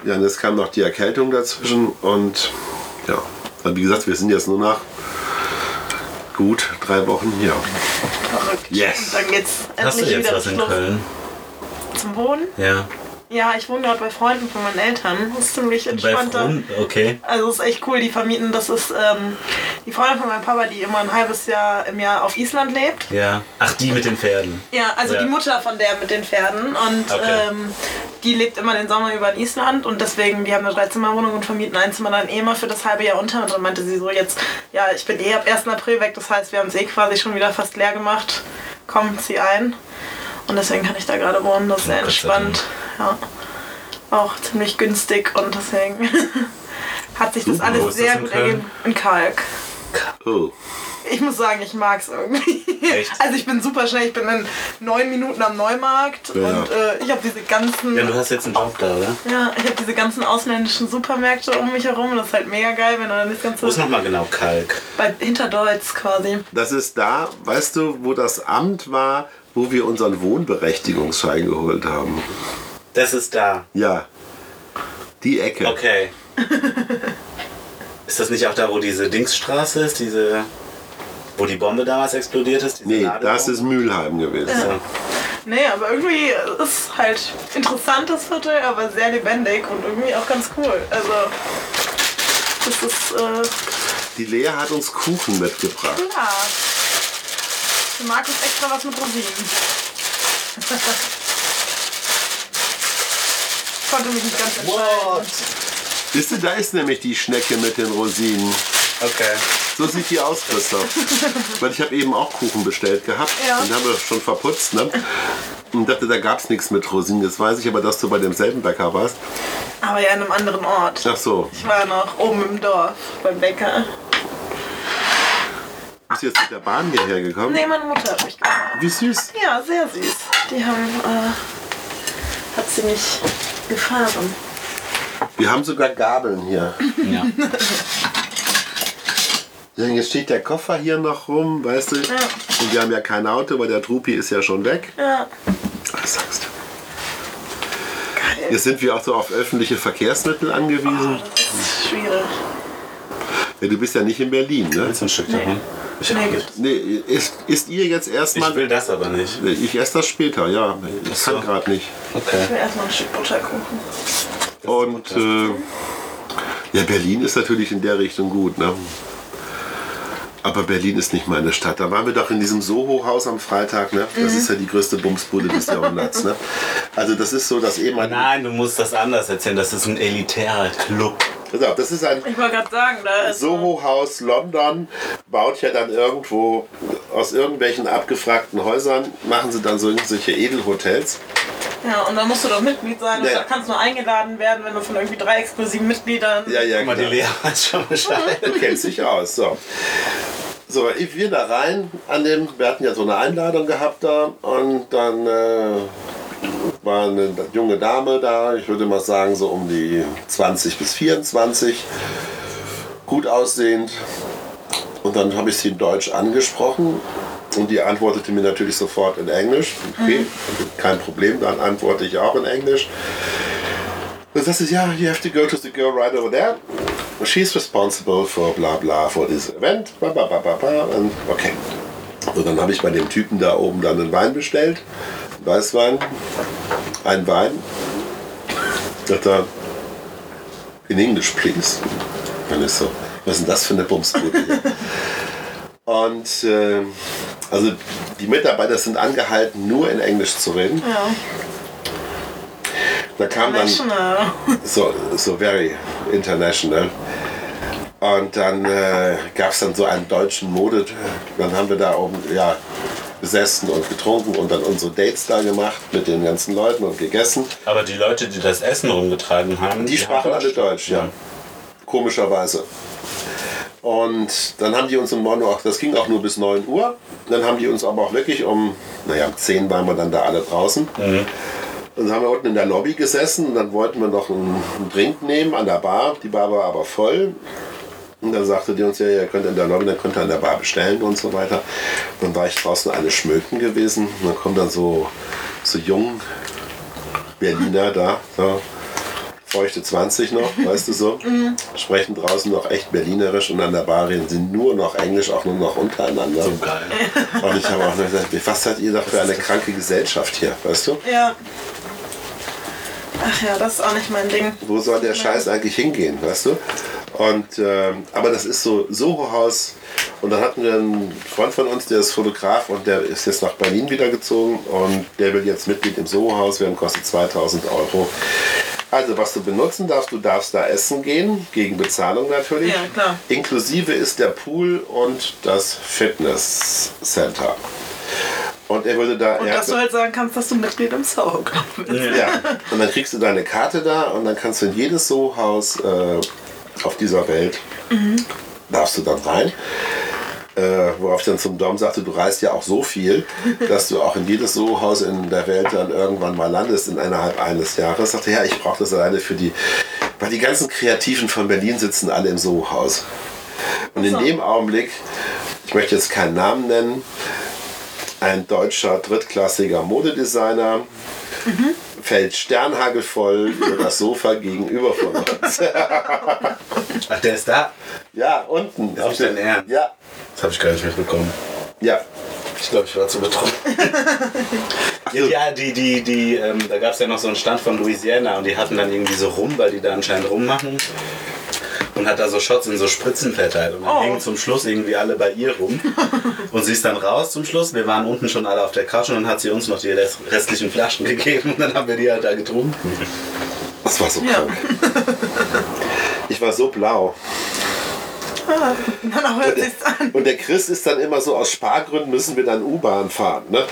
[SPEAKER 1] ja, und jetzt kam noch die Erkältung dazwischen. Und ja, und wie gesagt, wir sind jetzt nur nach gut drei Wochen hier.
[SPEAKER 3] Verrückt.
[SPEAKER 1] Yes.
[SPEAKER 3] Und dann geht's
[SPEAKER 2] Hast du
[SPEAKER 3] endlich
[SPEAKER 2] jetzt
[SPEAKER 3] wieder
[SPEAKER 2] was in
[SPEAKER 3] los.
[SPEAKER 2] Köln?
[SPEAKER 3] Zum Wohnen?
[SPEAKER 2] Ja.
[SPEAKER 3] Ja, ich wohne gerade bei Freunden von meinen Eltern. Das ist ziemlich
[SPEAKER 2] Bei
[SPEAKER 3] entspannt. da.
[SPEAKER 2] Frun- okay.
[SPEAKER 3] Also ist echt cool, die vermieten. Das ist ähm, die Freundin von meinem Papa, die immer ein halbes Jahr im Jahr auf Island lebt.
[SPEAKER 2] Ja. Ach, die mit den Pferden.
[SPEAKER 3] Ja, also
[SPEAKER 2] Ja.
[SPEAKER 3] die Mutter von der mit den Pferden und
[SPEAKER 2] Okay.
[SPEAKER 3] ähm, die lebt immer den Sommer über in Island und deswegen, die haben eine Dreizimmerwohnung und vermieten ein Zimmer dann eh mal für das halbe Jahr unter. Und dann meinte sie so, jetzt, ja, ich bin eh ab 1. April weg, das heißt, wir haben es eh quasi schon wieder fast leer gemacht. Komm, zieh ein. Und deswegen kann ich da gerade wohnen, das ist
[SPEAKER 2] Gott
[SPEAKER 3] sehr
[SPEAKER 2] sei
[SPEAKER 3] entspannt. Ja. Auch ziemlich günstig und deswegen (laughs) hat sich das
[SPEAKER 1] Super.
[SPEAKER 2] Wo
[SPEAKER 3] alles
[SPEAKER 2] ist
[SPEAKER 3] sehr
[SPEAKER 2] das in
[SPEAKER 3] gut
[SPEAKER 2] Köln?
[SPEAKER 3] ergeben. In Kalk.
[SPEAKER 1] Oh.
[SPEAKER 3] Ich muss sagen, ich mag's irgendwie.
[SPEAKER 2] Echt?
[SPEAKER 3] (laughs) Also ich bin super schnell, ich bin in neun Minuten am Neumarkt
[SPEAKER 1] Ja.
[SPEAKER 3] und äh, ich habe diese ganzen.
[SPEAKER 2] Ja,
[SPEAKER 3] Ja,
[SPEAKER 2] du hast jetzt einen Job da, oder?
[SPEAKER 3] ich habe diese ganzen ausländischen Supermärkte um mich herum und das ist halt mega geil, wenn du dann das
[SPEAKER 2] Wo ist
[SPEAKER 3] ganze
[SPEAKER 2] nochmal genau Kalk?
[SPEAKER 3] bei Hinterdeutz quasi.
[SPEAKER 1] Das ist da, weißt du, wo das Amt war, wo wir unseren Wohnberechtigungsschein geholt haben.
[SPEAKER 2] Das ist da.
[SPEAKER 1] Ja. Die Ecke.
[SPEAKER 3] (laughs)
[SPEAKER 2] Okay. ist das nicht auch da, wo diese Dingsstraße ist, diese. wo die Bombe damals explodiert ist? Diese
[SPEAKER 1] Nee,
[SPEAKER 2] Ladebombe?
[SPEAKER 1] das ist Mülheim gewesen.
[SPEAKER 2] So.
[SPEAKER 3] Nee, aber irgendwie ist halt interessant das Viertel, aber sehr lebendig und irgendwie auch ganz cool. Also das ist äh,
[SPEAKER 1] Die Lea hat uns Kuchen mitgebracht.
[SPEAKER 3] ja. Für Markus extra was mit Rosinen. (laughs) Ich konnte mich nicht ganz entscheiden.
[SPEAKER 1] Siehst du, da ist nämlich die Schnecke mit den Rosinen.
[SPEAKER 2] Okay.
[SPEAKER 1] So sieht die aus,
[SPEAKER 3] (laughs)
[SPEAKER 1] Christoph. Weil ich habe eben auch Kuchen bestellt gehabt
[SPEAKER 3] Ja.
[SPEAKER 1] und habe schon verputzt. Ne? Und dachte, da gab es nichts mit Rosinen. Jetzt weiß ich aber, dass du bei demselben Bäcker warst.
[SPEAKER 3] Aber ja, an einem anderen Ort.
[SPEAKER 1] Ach so,
[SPEAKER 3] Ich war noch oben im Dorf beim Bäcker.
[SPEAKER 1] bist du jetzt mit der Bahn hierher gekommen?
[SPEAKER 3] Nee, meine Mutter hat mich gemacht.
[SPEAKER 1] Wie süß.
[SPEAKER 3] Ja, sehr süß. Die haben, äh, hat sie mich gefahren.
[SPEAKER 1] Wir haben sogar Gabeln hier.
[SPEAKER 2] Ja.
[SPEAKER 1] Ja, Jetzt steht der Koffer hier noch rum, weißt du? Und wir haben ja kein Auto, weil der Trupi ist ja schon weg.
[SPEAKER 3] Ja,
[SPEAKER 1] Was sagst du? Jetzt sind wir auch so auf öffentliche Verkehrsmittel angewiesen.
[SPEAKER 3] das ist schwierig.
[SPEAKER 1] Ja, du bist ja nicht in Berlin, ne?
[SPEAKER 2] Willst du ein Stück davon? Ich,
[SPEAKER 3] Nee,
[SPEAKER 2] auch
[SPEAKER 3] gibt
[SPEAKER 2] nicht.
[SPEAKER 3] es.
[SPEAKER 1] Nee, ist, ist ihr jetzt
[SPEAKER 2] ich
[SPEAKER 1] erstmal.
[SPEAKER 2] will das aber nicht.
[SPEAKER 1] Ich esse das später, ja.
[SPEAKER 2] Ach
[SPEAKER 1] Ich
[SPEAKER 2] so.
[SPEAKER 1] kann gerade nicht.
[SPEAKER 2] Okay.
[SPEAKER 3] Ich will erstmal ein Stück Butterkuchen.
[SPEAKER 1] Und äh, ja, Berlin ist natürlich in der Richtung gut, ne? Aber Berlin ist nicht meine Stadt. Da waren wir doch in diesem Soho-Haus am Freitag, ne? Das ist ja die größte Bumsbude des Jahrhunderts, ne? Also das ist so, dass eben
[SPEAKER 2] Nein, du musst das anders erzählen. Das ist ein elitärer Club.
[SPEAKER 1] Pass auf, das ist ein
[SPEAKER 3] Ich wollte gerade sagen, da ist.
[SPEAKER 1] Soho-Haus London baut ja dann irgendwo aus irgendwelchen abgefragten Häusern, machen sie dann so irgendwelche Edelhotels.
[SPEAKER 3] Ja, und dann musst du doch Mitglied sein.
[SPEAKER 1] Ja.
[SPEAKER 3] Und da kannst du nur eingeladen werden, wenn du von irgendwie drei exklusiven Mitgliedern.
[SPEAKER 1] Ja, ja,
[SPEAKER 2] (laughs) Guck mal, die
[SPEAKER 1] genau. (laughs)
[SPEAKER 2] Lea hat schon Bescheid.
[SPEAKER 1] Du kennst dich aus. So. So, ich- wir da rein an dem, wir hatten ja so eine Einladung gehabt da und dann äh, war eine junge Dame da, ich würde mal sagen so um die 20 bis 24, gut aussehend. Und dann habe ich sie in Deutsch angesprochen und die antwortete mir natürlich sofort in Englisch. Okay, kein Problem, dann antworte ich auch in Englisch. Dann sagst du, ja, you have to go to the girl right over there. She's responsible for bla bla for this event. Bla bla bla bla bla. Und okay. So, dann habe ich bei dem Typen da oben dann einen Wein bestellt. Weißwein. Ein Wein. Sagt er, in English please. Dann ist so, was ist denn das für eine Bumsbude hier? Und äh, also die Mitarbeiter sind angehalten, nur in Englisch zu reden.
[SPEAKER 3] Ja.
[SPEAKER 1] Da kam dann
[SPEAKER 3] National.
[SPEAKER 1] so, so very international. Und dann äh, gab es dann so einen deutschen Mode. Dann haben wir da oben ja, gesessen und getrunken und dann unsere Dates da gemacht mit den ganzen Leuten und gegessen.
[SPEAKER 2] Aber die Leute, die das Essen rumgetragen haben,
[SPEAKER 1] Die sprachen
[SPEAKER 2] haben-
[SPEAKER 1] alle Deutsch, ja. Komischerweise. Und dann haben die uns im Morgen auch, das ging auch nur bis 9 Uhr. Dann haben die uns aber auch wirklich um, naja, um 10 waren wir dann da alle draußen. Und dann haben wir unten in der Lobby gesessen und dann wollten wir noch einen, einen Drink nehmen an der Bar. Die Bar war aber voll. Und dann sagte die uns, ja, ihr könnt in der Lobby, dann könnt ihr an der Bar bestellen und so weiter. Dann war ich draußen alle schmöken gewesen. Und dann kommen dann so, so jung Berliner da, so feuchte 20 noch, weißt du so, sprechen draußen noch echt berlinerisch und an der Bar reden sie nur noch Englisch, auch nur noch untereinander.
[SPEAKER 2] So geil.
[SPEAKER 1] Und ich habe auch noch gesagt, was seid ihr doch für eine kranke Gesellschaft hier, weißt du?
[SPEAKER 3] Ja. Ach ja, das ist auch nicht mein Ding.
[SPEAKER 1] Wo soll der Scheiß eigentlich hingehen, weißt du? Und, ähm, aber das ist so Soho-Haus. Und dann hatten wir einen Freund von uns, der ist Fotograf und der ist jetzt nach Berlin wiedergezogen und der will jetzt Mitglied im Soho-Haus werden, kostet 2000 Euro. Also was du benutzen darfst, du darfst da essen gehen, gegen Bezahlung natürlich.
[SPEAKER 3] Ja, klar.
[SPEAKER 1] Inklusive ist der Pool und das Fitnesscenter. Und er würde da...
[SPEAKER 3] Und
[SPEAKER 1] er
[SPEAKER 3] dass
[SPEAKER 1] hat-
[SPEAKER 3] du halt sagen kannst, dass du Mitglied im Soho Club bist.
[SPEAKER 1] ja, und dann kriegst du deine Karte da und dann kannst du in jedes Sohaus äh, auf dieser Welt, darfst du dann rein. Äh, worauf ich dann zum Dom sagte, du reist ja auch so viel, dass du auch in jedes Sohaus in der Welt dann irgendwann mal landest in innerhalb eines Jahres. Sagte, ja, ich brauche das alleine für die, weil die ganzen Kreativen von Berlin sitzen alle im Sohaus. Und in dem Augenblick, ich möchte jetzt keinen Namen nennen, ein deutscher drittklassiger Modedesigner fällt
[SPEAKER 2] (laughs)
[SPEAKER 1] sternhagelvoll über das Sofa gegenüber von uns.
[SPEAKER 2] Ach, der ist da?
[SPEAKER 1] Ja, unten.
[SPEAKER 2] Ist nicht dein Ernst?
[SPEAKER 1] Ja,
[SPEAKER 2] Das habe ich gar nicht mitbekommen.
[SPEAKER 1] ja.
[SPEAKER 2] Ich glaube, ich war zu betrunken. (laughs) ja, die, die, die, ähm, da gab es ja noch so einen Stand von Louisiana und die hatten dann irgendwie so rum, weil die da anscheinend rummachen. Und hat da so Shots in so Spritzen verteilt. Und dann
[SPEAKER 3] Oh.
[SPEAKER 2] hingen zum Schluss irgendwie alle bei ihr rum. und sie ist dann raus zum Schluss. Wir waren unten schon alle auf der Couch und dann hat sie uns noch die rest- restlichen Flaschen gegeben und dann haben wir die halt da getrunken.
[SPEAKER 1] Das war so
[SPEAKER 3] Ja.
[SPEAKER 1] krank. Ich war so blau.
[SPEAKER 3] Ah, Danach hört sich's an.
[SPEAKER 1] Und der Chris ist dann immer so, aus Spargründen müssen wir dann U-Bahn fahren. Ne?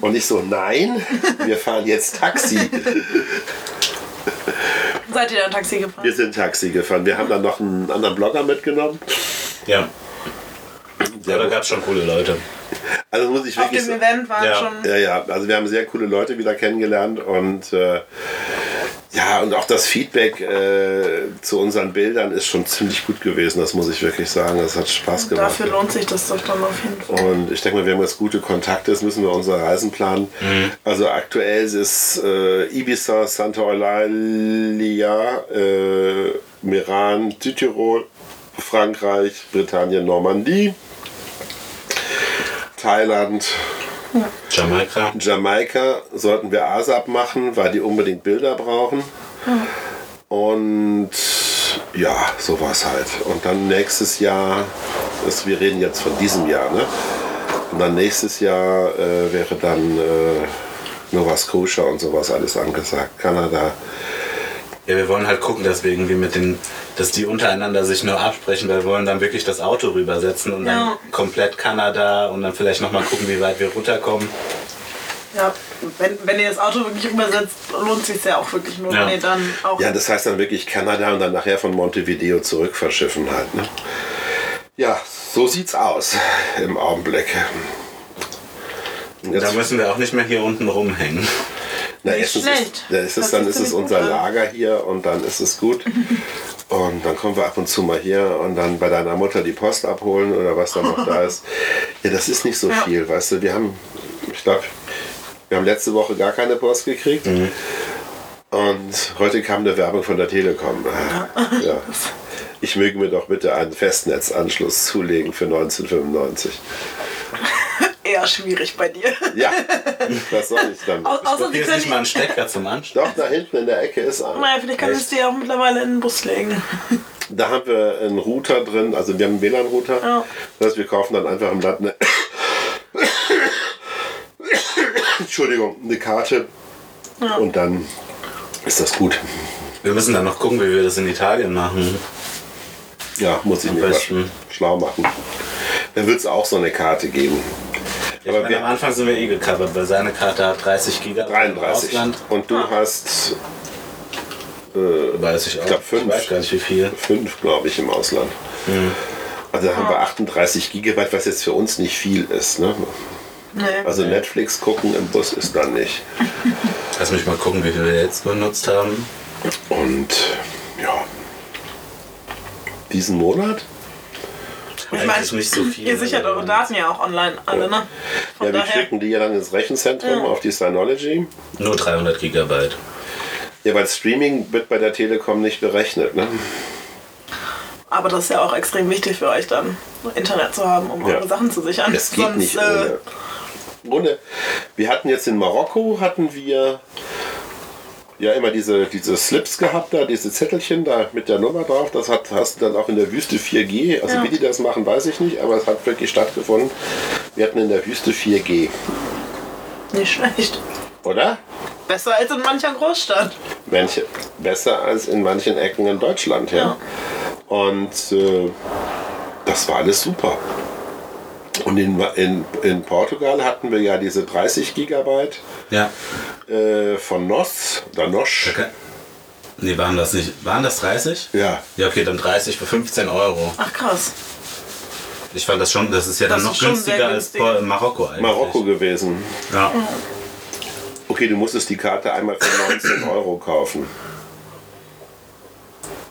[SPEAKER 1] Und ich so, nein, wir fahren jetzt Taxi.
[SPEAKER 3] Seid ihr dann Taxi
[SPEAKER 1] Wir
[SPEAKER 3] gefahren?
[SPEAKER 1] sind Taxi gefahren. Wir haben dann noch einen anderen Blogger mitgenommen.
[SPEAKER 2] Ja. ja da gab es schon coole Leute.
[SPEAKER 1] Also muss ich
[SPEAKER 3] Auf
[SPEAKER 1] wirklich
[SPEAKER 3] dem
[SPEAKER 1] so-
[SPEAKER 3] Event waren
[SPEAKER 2] Ja.
[SPEAKER 3] schon.
[SPEAKER 1] Ja, ja, also wir haben sehr coole Leute wieder kennengelernt und äh, ja, und auch das Feedback äh, zu unseren Bildern ist schon ziemlich gut gewesen, das muss ich wirklich sagen. Das hat Spaß gemacht.
[SPEAKER 3] Dafür lohnt sich das doch dann auf jeden Fall.
[SPEAKER 1] Und ich denke mal, wir haben jetzt gute Kontakte, jetzt müssen wir unsere Reisen planen. Also aktuell ist äh, Ibiza, Santa Eulalia, äh, Meran, Südtirol, Frankreich, Britannien, Normandie, Thailand,
[SPEAKER 2] Jamaika.
[SPEAKER 1] Jamaika sollten wir ASAP machen, weil die unbedingt Bilder brauchen. Und ja, sowas halt. Und dann nächstes Jahr, ist, wir reden jetzt von diesem Jahr, ne? Und dann nächstes Jahr äh, wäre dann äh, Nova Scotia und sowas alles angesagt. Kanada.
[SPEAKER 2] Ja, wir wollen halt gucken, dass wir irgendwie mit den, dass die untereinander sich nur absprechen, weil wir wollen dann wirklich das Auto rübersetzen und
[SPEAKER 3] Ja.
[SPEAKER 2] dann komplett Kanada und dann vielleicht nochmal gucken, wie weit wir runterkommen.
[SPEAKER 3] Ja, wenn, wenn ihr das Auto wirklich übersetzt, lohnt sich ja auch wirklich nur,
[SPEAKER 2] Ja.
[SPEAKER 3] wenn ihr dann auch.
[SPEAKER 1] Ja, das heißt dann wirklich Kanada und dann nachher von Montevideo zurück verschiffen halt. Ne? Ja, So sieht's aus im Augenblick.
[SPEAKER 2] Da müssen wir auch nicht mehr hier unten rumhängen.
[SPEAKER 1] Na,
[SPEAKER 3] Nicht
[SPEAKER 1] erstens
[SPEAKER 3] schlecht.
[SPEAKER 1] Ist, na, ist es,
[SPEAKER 3] Hört
[SPEAKER 1] dann
[SPEAKER 3] sich
[SPEAKER 1] ist es
[SPEAKER 3] ziemlich
[SPEAKER 1] unser
[SPEAKER 3] gut an.
[SPEAKER 1] Lager hier und dann ist es gut.
[SPEAKER 3] (laughs)
[SPEAKER 1] Und dann kommen wir ab und zu mal hier und dann bei deiner Mutter die Post abholen oder was dann noch
[SPEAKER 3] (laughs)
[SPEAKER 1] da ist. Ja, das ist nicht so
[SPEAKER 3] Ja.
[SPEAKER 1] viel, weißt du. Wir haben, ich glaube, wir haben letzte Woche gar keine Post gekriegt.
[SPEAKER 3] Mhm.
[SPEAKER 1] Und heute kam eine Werbung von der Telekom. Ah, Ja. Ich möge mir doch bitte einen Festnetzanschluss zulegen für 1995.
[SPEAKER 3] Eher schwierig bei dir. (laughs)
[SPEAKER 1] Ja, was soll ich damit?
[SPEAKER 3] Au außer sie
[SPEAKER 2] Hier ist nicht mal
[SPEAKER 3] können.
[SPEAKER 2] ein Stecker zum Anschluss.
[SPEAKER 1] Doch, da hinten in der Ecke ist einer.
[SPEAKER 3] Naja, vielleicht kannst du ja auch mittlerweile in den Bus legen.
[SPEAKER 1] Da haben wir einen Router drin, also wir haben einen WLAN-Router.
[SPEAKER 3] Ja.
[SPEAKER 1] Das heißt, wir kaufen dann einfach im Land eine, Entschuldigung, eine Karte und dann ist das gut.
[SPEAKER 2] Wir müssen dann noch gucken, wie wir das in Italien machen.
[SPEAKER 1] Ja, muss ich
[SPEAKER 2] Am
[SPEAKER 1] mir mal
[SPEAKER 2] besten.
[SPEAKER 1] schlau machen. Dann wird es auch so eine Karte geben.
[SPEAKER 2] Ich
[SPEAKER 1] Aber
[SPEAKER 2] meine,
[SPEAKER 1] wir-
[SPEAKER 2] am Anfang sind wir eh gecovert, weil seine Karte hat 30 Gigabyte
[SPEAKER 1] 33.
[SPEAKER 2] im Ausland.
[SPEAKER 1] Und du hast
[SPEAKER 2] Weiß ich auch.
[SPEAKER 1] glaub, fünf.
[SPEAKER 2] Ich weiß gar nicht, wie viel.
[SPEAKER 1] fünf, glaube ich, im Ausland.
[SPEAKER 2] Mhm.
[SPEAKER 1] Also da haben wir 38 Gigabyte, was jetzt für uns nicht viel ist. Ne?
[SPEAKER 3] Nee.
[SPEAKER 1] Also Netflix gucken im Bus ist dann nicht.
[SPEAKER 2] Lass mich mal gucken, wie viel wir jetzt benutzt haben.
[SPEAKER 1] Und ja, diesen Monat?
[SPEAKER 3] Ich
[SPEAKER 2] Eigentlich
[SPEAKER 3] meine,
[SPEAKER 2] nicht so viel.
[SPEAKER 3] Ihr sichert eure Daten ja auch online alle, ne? Von
[SPEAKER 1] ja, wir
[SPEAKER 3] daher.
[SPEAKER 1] schicken die ja dann ins Rechenzentrum auf die Synology.
[SPEAKER 2] Nur 300 Gigabyte.
[SPEAKER 1] Ja, weil Streaming wird bei der Telekom nicht berechnet. Ne?
[SPEAKER 3] Aber das ist ja auch extrem wichtig für euch dann, Internet zu haben, um
[SPEAKER 1] Ja.
[SPEAKER 3] eure Sachen zu sichern.
[SPEAKER 1] Es geht
[SPEAKER 3] Sonst,
[SPEAKER 1] nicht
[SPEAKER 3] äh,
[SPEAKER 1] ohne. ohne. Wir hatten jetzt in Marokko, hatten wir ja immer diese, diese Slips gehabt, da diese Zettelchen da mit der Nummer drauf. Das hat, hast du dann auch in der Wüste 4G. Also
[SPEAKER 3] Ja.
[SPEAKER 1] wie die das machen, weiß ich nicht, aber es hat wirklich stattgefunden. Wir hatten in der Wüste 4G,
[SPEAKER 3] Nicht schlecht.
[SPEAKER 1] oder?
[SPEAKER 3] Besser als in mancher Großstadt.
[SPEAKER 1] manche, besser als in manchen Ecken in Deutschland. Ja. Und äh, das war alles super. Und in, in, in Portugal hatten wir ja diese 30 Gigabyte
[SPEAKER 2] Ja.
[SPEAKER 1] äh, von NOS oder NOSH.
[SPEAKER 2] Okay. Nee, waren das nicht. Waren das 30?
[SPEAKER 1] Ja.
[SPEAKER 2] Ja, okay, dann 30 für 15 Euro.
[SPEAKER 3] Ach krass.
[SPEAKER 2] Ich fand das schon, das ist ja dann
[SPEAKER 3] Das
[SPEAKER 2] noch
[SPEAKER 3] ist schon
[SPEAKER 2] günstiger
[SPEAKER 3] sehr
[SPEAKER 2] als
[SPEAKER 3] günstig.
[SPEAKER 2] Por- Marokko eigentlich.
[SPEAKER 1] Marokko gewesen.
[SPEAKER 2] Ja.
[SPEAKER 1] Okay, du musstest die Karte einmal für 19 Euro kaufen.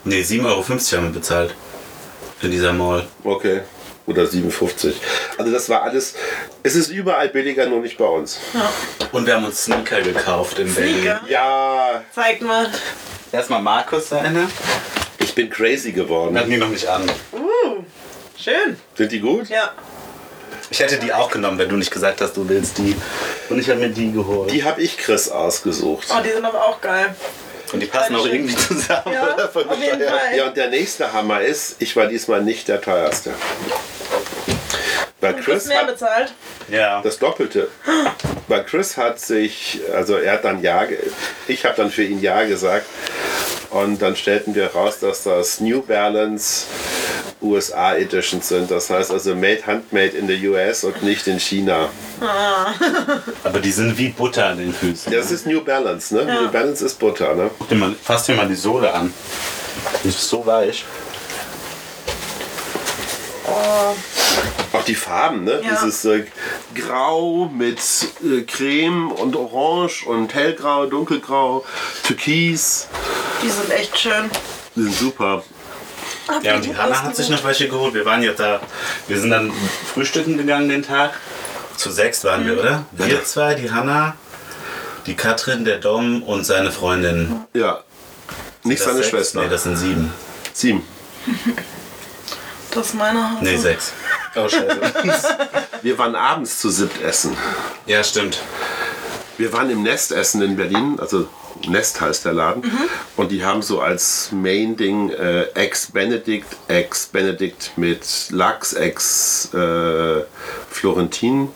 [SPEAKER 2] Nee, 7,50 Euro haben wir bezahlt. In dieser Mall.
[SPEAKER 1] Okay. Oder 57. Also das war alles. Es ist überall billiger, nur nicht bei uns.
[SPEAKER 2] Und wir haben uns Sneaker gekauft in Berlin.
[SPEAKER 3] Sneaker.
[SPEAKER 1] Ja,
[SPEAKER 3] Zeigt mal.
[SPEAKER 2] Erstmal Markus seine.
[SPEAKER 1] ich bin crazy
[SPEAKER 2] Wir hatten
[SPEAKER 1] geworden.
[SPEAKER 2] die noch nicht an.
[SPEAKER 3] Schön.
[SPEAKER 1] Sind die gut?
[SPEAKER 3] Ja.
[SPEAKER 2] Ich hätte die auch genommen, wenn du nicht gesagt hast, du willst die. Und ich habe mir die geholt.
[SPEAKER 1] Die habe ich Chris ausgesucht.
[SPEAKER 3] Oh, die sind aber auch geil.
[SPEAKER 2] Und die passen auch
[SPEAKER 3] Dankeschön.
[SPEAKER 2] irgendwie zusammen.
[SPEAKER 3] Ja,
[SPEAKER 2] oder? Voll
[SPEAKER 3] auf jeden
[SPEAKER 2] bescheuert.
[SPEAKER 3] Fall.
[SPEAKER 1] Ja, und der nächste Hammer ist, ich war diesmal nicht der teuerste. Weil
[SPEAKER 3] Du hast
[SPEAKER 1] Chris
[SPEAKER 3] mehr
[SPEAKER 1] hat
[SPEAKER 3] bezahlt.
[SPEAKER 2] Ja.
[SPEAKER 1] das Doppelte. Weil Chris hat sich, also er hat dann Ja, ge- ich habe dann für ihn Ja gesagt. Und dann stellten wir raus, dass das New Balance USA Editions sind. Das heißt also made, handmade in the US und nicht in China.
[SPEAKER 2] Aber die sind wie Butter an den Füßen.
[SPEAKER 1] Das ist New Balance, ne? New Balance ist Butter, ne?
[SPEAKER 2] Guck dir mal, fass dir mal die Sohle an. Die ist so weich.
[SPEAKER 3] Oh,
[SPEAKER 1] Auch die Farben, ne?
[SPEAKER 3] Ja.
[SPEAKER 1] Dieses äh, Grau mit äh, Creme und Orange und Hellgrau, Dunkelgrau, Türkis.
[SPEAKER 3] Die sind echt schön.
[SPEAKER 1] Die sind super.
[SPEAKER 2] Ja, und die Hanna hat sich noch welche geholt. Wir waren ja da. Wir sind dann frühstücken gegangen den Tag. Zu sechs waren wir, oder? Wir zwei, die Hanna, die Katrin, der Dom und seine Freundin.
[SPEAKER 1] Ja. Nicht
[SPEAKER 2] Das
[SPEAKER 1] seine
[SPEAKER 2] sechs?
[SPEAKER 1] Schwester.
[SPEAKER 2] Nee, das sind sieben.
[SPEAKER 1] Sieben.
[SPEAKER 3] Das ist meine Hase.
[SPEAKER 2] Nee, sechs. Oh, scheiße.
[SPEAKER 1] Wir waren abends zu siebt essen.
[SPEAKER 2] (laughs) ja, stimmt.
[SPEAKER 1] Wir waren im Nest essen in Berlin, also Nest heißt der Laden. Und die haben so als Main-Ding äh, Ex-Benedict, Ex-Benedict mit Lachs, Ex-Florentin.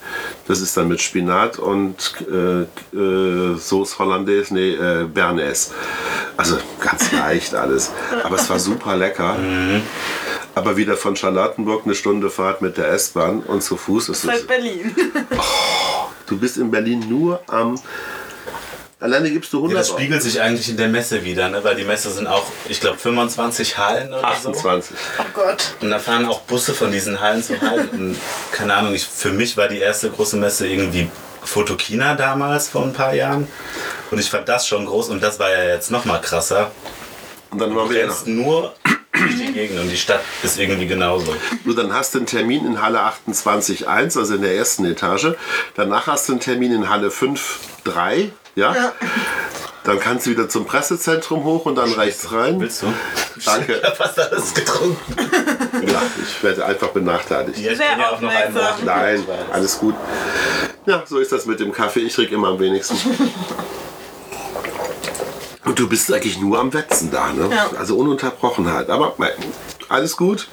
[SPEAKER 1] das ist dann mit Spinat und äh, äh, Sauce Hollandaise, nee, äh, Bernays. Also ganz leicht alles. Aber es war super lecker. Aber wieder von Charlottenburg eine Stunde Fahrt mit der S-Bahn und zu Fuß ist es.
[SPEAKER 3] Seit Berlin.
[SPEAKER 1] Du bist in Berlin nur am Alleine gibst du 100
[SPEAKER 2] Ja, das
[SPEAKER 1] aus.
[SPEAKER 2] spiegelt sich eigentlich in der Messe wieder, ne? weil die Messe sind auch, ich glaube, 25 Hallen oder so.
[SPEAKER 1] 28.
[SPEAKER 3] (laughs) Oh Gott.
[SPEAKER 2] Und da fahren auch Busse von diesen Hallen zu Hallen. Und keine Ahnung, ich, für mich war die erste große Messe irgendwie Fotokina damals, vor ein paar Jahren. Und ich fand das schon groß und das war ja jetzt nochmal krasser.
[SPEAKER 1] Und dann waren wir ja noch.
[SPEAKER 2] Jetzt nur durch die Gegend und die Stadt ist irgendwie genauso.
[SPEAKER 1] Du, dann hast du einen Termin in Halle 28.1, also in der ersten Etage. Danach hast du einen Termin in Halle 5.3, ja?
[SPEAKER 3] Ja.
[SPEAKER 1] Dann kannst du wieder zum Pressezentrum hoch und dann rechts rein.
[SPEAKER 2] Willst du?
[SPEAKER 1] Danke.
[SPEAKER 2] Ich hab fast alles getrunken.
[SPEAKER 1] Ja, ich werde einfach benachteiligt.
[SPEAKER 2] Ja, ich bin ja auch noch einen
[SPEAKER 3] aufmerksam.
[SPEAKER 2] nach.
[SPEAKER 1] Nein, alles gut. Ja, so ist das mit dem Kaffee. Ich trinke immer am
[SPEAKER 2] (laughs)
[SPEAKER 1] wenigsten. Und du bist eigentlich nur am Wetzen da, ne?
[SPEAKER 3] Ja.
[SPEAKER 1] Also ununterbrochen halt. Aber nein, alles gut.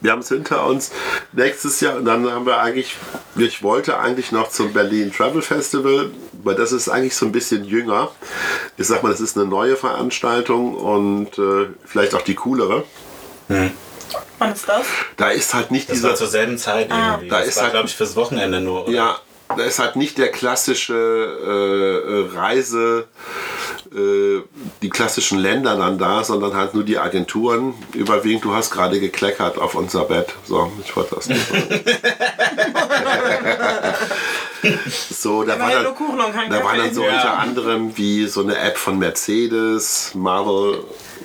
[SPEAKER 1] Wir haben es hinter uns. Nächstes Jahr, und dann haben wir eigentlich, ich wollte eigentlich noch zum Berlin Travel Festival, weil das ist eigentlich so ein bisschen jünger. Ich sag mal, das ist eine neue Veranstaltung und äh, vielleicht auch die coolere.
[SPEAKER 3] Wann ist das?
[SPEAKER 1] Da ist halt nicht
[SPEAKER 2] Das
[SPEAKER 1] dieser.
[SPEAKER 2] war zur selben Zeit
[SPEAKER 3] Ah.
[SPEAKER 2] irgendwie.
[SPEAKER 1] Da
[SPEAKER 2] das
[SPEAKER 1] ist
[SPEAKER 2] war,
[SPEAKER 1] halt-
[SPEAKER 2] glaube ich, fürs Wochenende nur. oder?
[SPEAKER 1] Ja, da ist halt nicht der klassische äh, äh, Reise, äh, die klassischen Länder dann da, sondern halt nur die Agenturen. Überwiegend, du hast gerade gekleckert auf unser Bett. So, ich wollte das nicht. sagen. so, da war
[SPEAKER 3] Immerhin
[SPEAKER 1] dann,
[SPEAKER 3] nur Kuchen und kein
[SPEAKER 1] da waren
[SPEAKER 3] Kaffee.
[SPEAKER 1] dann so
[SPEAKER 2] Ja.
[SPEAKER 1] unter anderem wie so eine App von Mercedes, Marvel,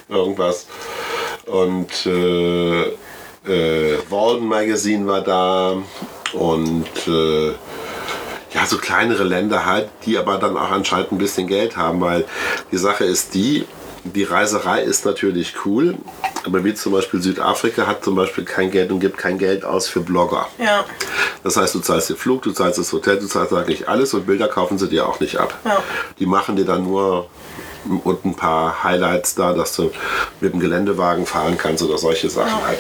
[SPEAKER 1] irgendwas. Und äh, äh, Walden Magazine war da und äh, ja, so kleinere Länder halt, die aber dann auch anscheinend ein bisschen Geld haben, weil die Sache ist die, die Reiserei ist natürlich cool, aber wie zum Beispiel Südafrika hat zum Beispiel kein Geld und gibt kein Geld aus für Blogger.
[SPEAKER 3] Ja.
[SPEAKER 1] Das heißt, du zahlst den Flug, du zahlst das Hotel, du zahlst eigentlich alles und Bilder kaufen sie dir auch nicht ab.
[SPEAKER 3] Ja.
[SPEAKER 1] Die machen dir dann nur und ein paar Highlights da, dass du mit dem Geländewagen fahren kannst oder solche Sachen halt.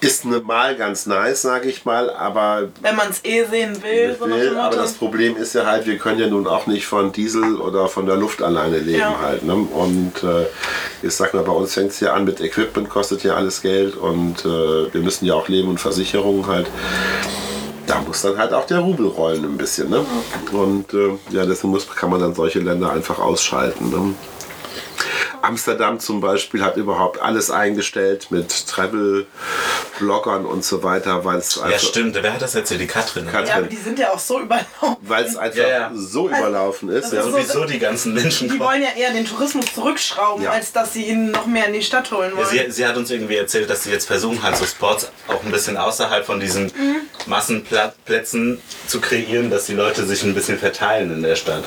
[SPEAKER 1] Ist ne- mal ganz nice, sage ich mal, aber
[SPEAKER 3] Wenn man es eh sehen will, so nach dem
[SPEAKER 1] will, aber
[SPEAKER 3] Motto.
[SPEAKER 1] das Problem ist ja halt, wir können ja nun auch nicht von Diesel oder von der Luft alleine leben
[SPEAKER 3] Ja.
[SPEAKER 1] halt. Ne? Und äh, ich sag mal, bei uns fängt es ja an mit Equipment, kostet ja alles Geld und äh, wir müssen ja auch leben und Versicherungen halt. Da muss dann halt auch der Rubel rollen ein bisschen. Ne? Und äh, ja, deswegen muss, kann man dann solche Länder einfach ausschalten. Ne? Amsterdam zum Beispiel hat überhaupt alles eingestellt mit Travel-Bloggern und so weiter, weil es
[SPEAKER 2] Ja,
[SPEAKER 1] einfach-
[SPEAKER 2] stimmt. Wer hat das jetzt hier? Die Katrin.
[SPEAKER 1] also- Katrin.
[SPEAKER 3] ja, aber die sind ja auch so überlaufen.
[SPEAKER 1] weil es einfach
[SPEAKER 2] Ja, ja.
[SPEAKER 1] so überlaufen ist.
[SPEAKER 3] das
[SPEAKER 1] Ja.
[SPEAKER 3] ist so-
[SPEAKER 2] Sowieso die ganzen Menschen.
[SPEAKER 3] Die wollen ja eher den Tourismus zurückschrauben,
[SPEAKER 1] Ja.
[SPEAKER 3] als dass sie ihn noch mehr in die Stadt holen
[SPEAKER 2] Ja,
[SPEAKER 3] wollen.
[SPEAKER 2] Sie, sie hat uns irgendwie erzählt, dass sie jetzt versuchen, halt so Sports auch ein bisschen außerhalb von diesen Massenplätzen zu kreieren, dass die Leute sich ein bisschen verteilen in der Stadt.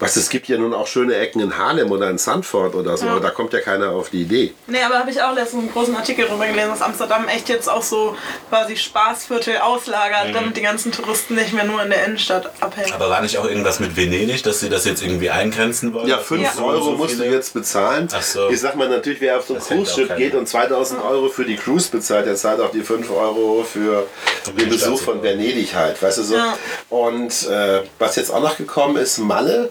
[SPEAKER 1] Was es gibt ja nun auch schöne Ecken in Harlem oder in Sanford oder so, aber da kommt ja keiner auf die Idee.
[SPEAKER 3] Nee, aber habe ich auch letztens einen großen Artikel drüber gelesen, dass Amsterdam echt jetzt auch so quasi Spaßviertel
[SPEAKER 1] Mhm.
[SPEAKER 3] auslagert, damit die ganzen Touristen nicht mehr nur in der Innenstadt abhängen.
[SPEAKER 2] Aber war nicht auch irgendwas mit Venedig, dass sie das jetzt irgendwie eingrenzen wollen?
[SPEAKER 1] Ja,
[SPEAKER 2] Dass
[SPEAKER 1] 5
[SPEAKER 2] so und
[SPEAKER 1] Euro
[SPEAKER 2] so
[SPEAKER 1] musst du
[SPEAKER 2] viele-
[SPEAKER 1] jetzt bezahlen.
[SPEAKER 2] Ach so.
[SPEAKER 1] Ich sag mal natürlich, wer auf so ein
[SPEAKER 2] Das hält auch
[SPEAKER 1] Cruise-Schiff
[SPEAKER 2] keiner.
[SPEAKER 1] geht und 2000 Euro für die Cruise bezahlt, der zahlt auch die 5 Euro für
[SPEAKER 2] Um in
[SPEAKER 1] den
[SPEAKER 2] die Stadt
[SPEAKER 1] Besuch
[SPEAKER 2] zu
[SPEAKER 1] von
[SPEAKER 2] kommen.
[SPEAKER 1] Venedig halt, weißt du so.
[SPEAKER 3] Ja.
[SPEAKER 1] Und äh, was jetzt auch noch gekommen ist, Malle.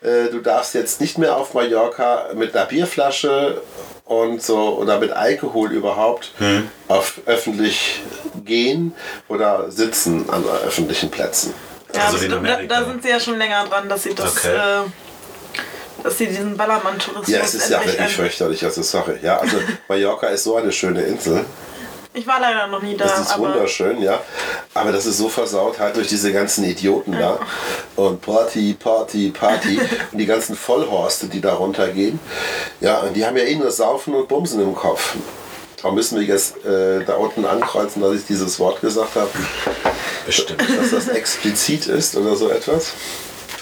[SPEAKER 1] Äh, du darfst jetzt nicht mehr auf Mallorca mit einer Bierflasche und so oder mit Alkohol überhaupt
[SPEAKER 2] Hm.
[SPEAKER 1] auf öffentlich gehen oder sitzen an öffentlichen Plätzen.
[SPEAKER 3] Ja,
[SPEAKER 2] Also wie in
[SPEAKER 3] aber da,
[SPEAKER 2] Amerika.
[SPEAKER 3] da sind sie ja schon länger dran, dass sie das,
[SPEAKER 2] Okay.
[SPEAKER 3] äh, dass sie diesen Ballermann-Tourismus
[SPEAKER 1] Ja, es ist ja
[SPEAKER 3] endlich
[SPEAKER 1] wirklich
[SPEAKER 3] ein-
[SPEAKER 1] fürchterlich, also sorry. Ja, also Mallorca ist so eine schöne Insel.
[SPEAKER 3] Ich war leider noch nie da,
[SPEAKER 1] Das ist
[SPEAKER 3] aber
[SPEAKER 1] wunderschön, ja. Aber das ist so versaut halt durch diese ganzen Idioten da. Und Party, Party,
[SPEAKER 3] (laughs)
[SPEAKER 1] Party. und die ganzen Vollhorste, die da runtergehen. Ja, und die haben ja eh nur Saufen und Bumsen im Kopf. Da müssen wir jetzt äh, da unten ankreuzen, dass ich dieses Wort gesagt habe,
[SPEAKER 2] Bestimmt.
[SPEAKER 1] dass
[SPEAKER 3] (laughs)
[SPEAKER 1] das explizit ist oder so etwas.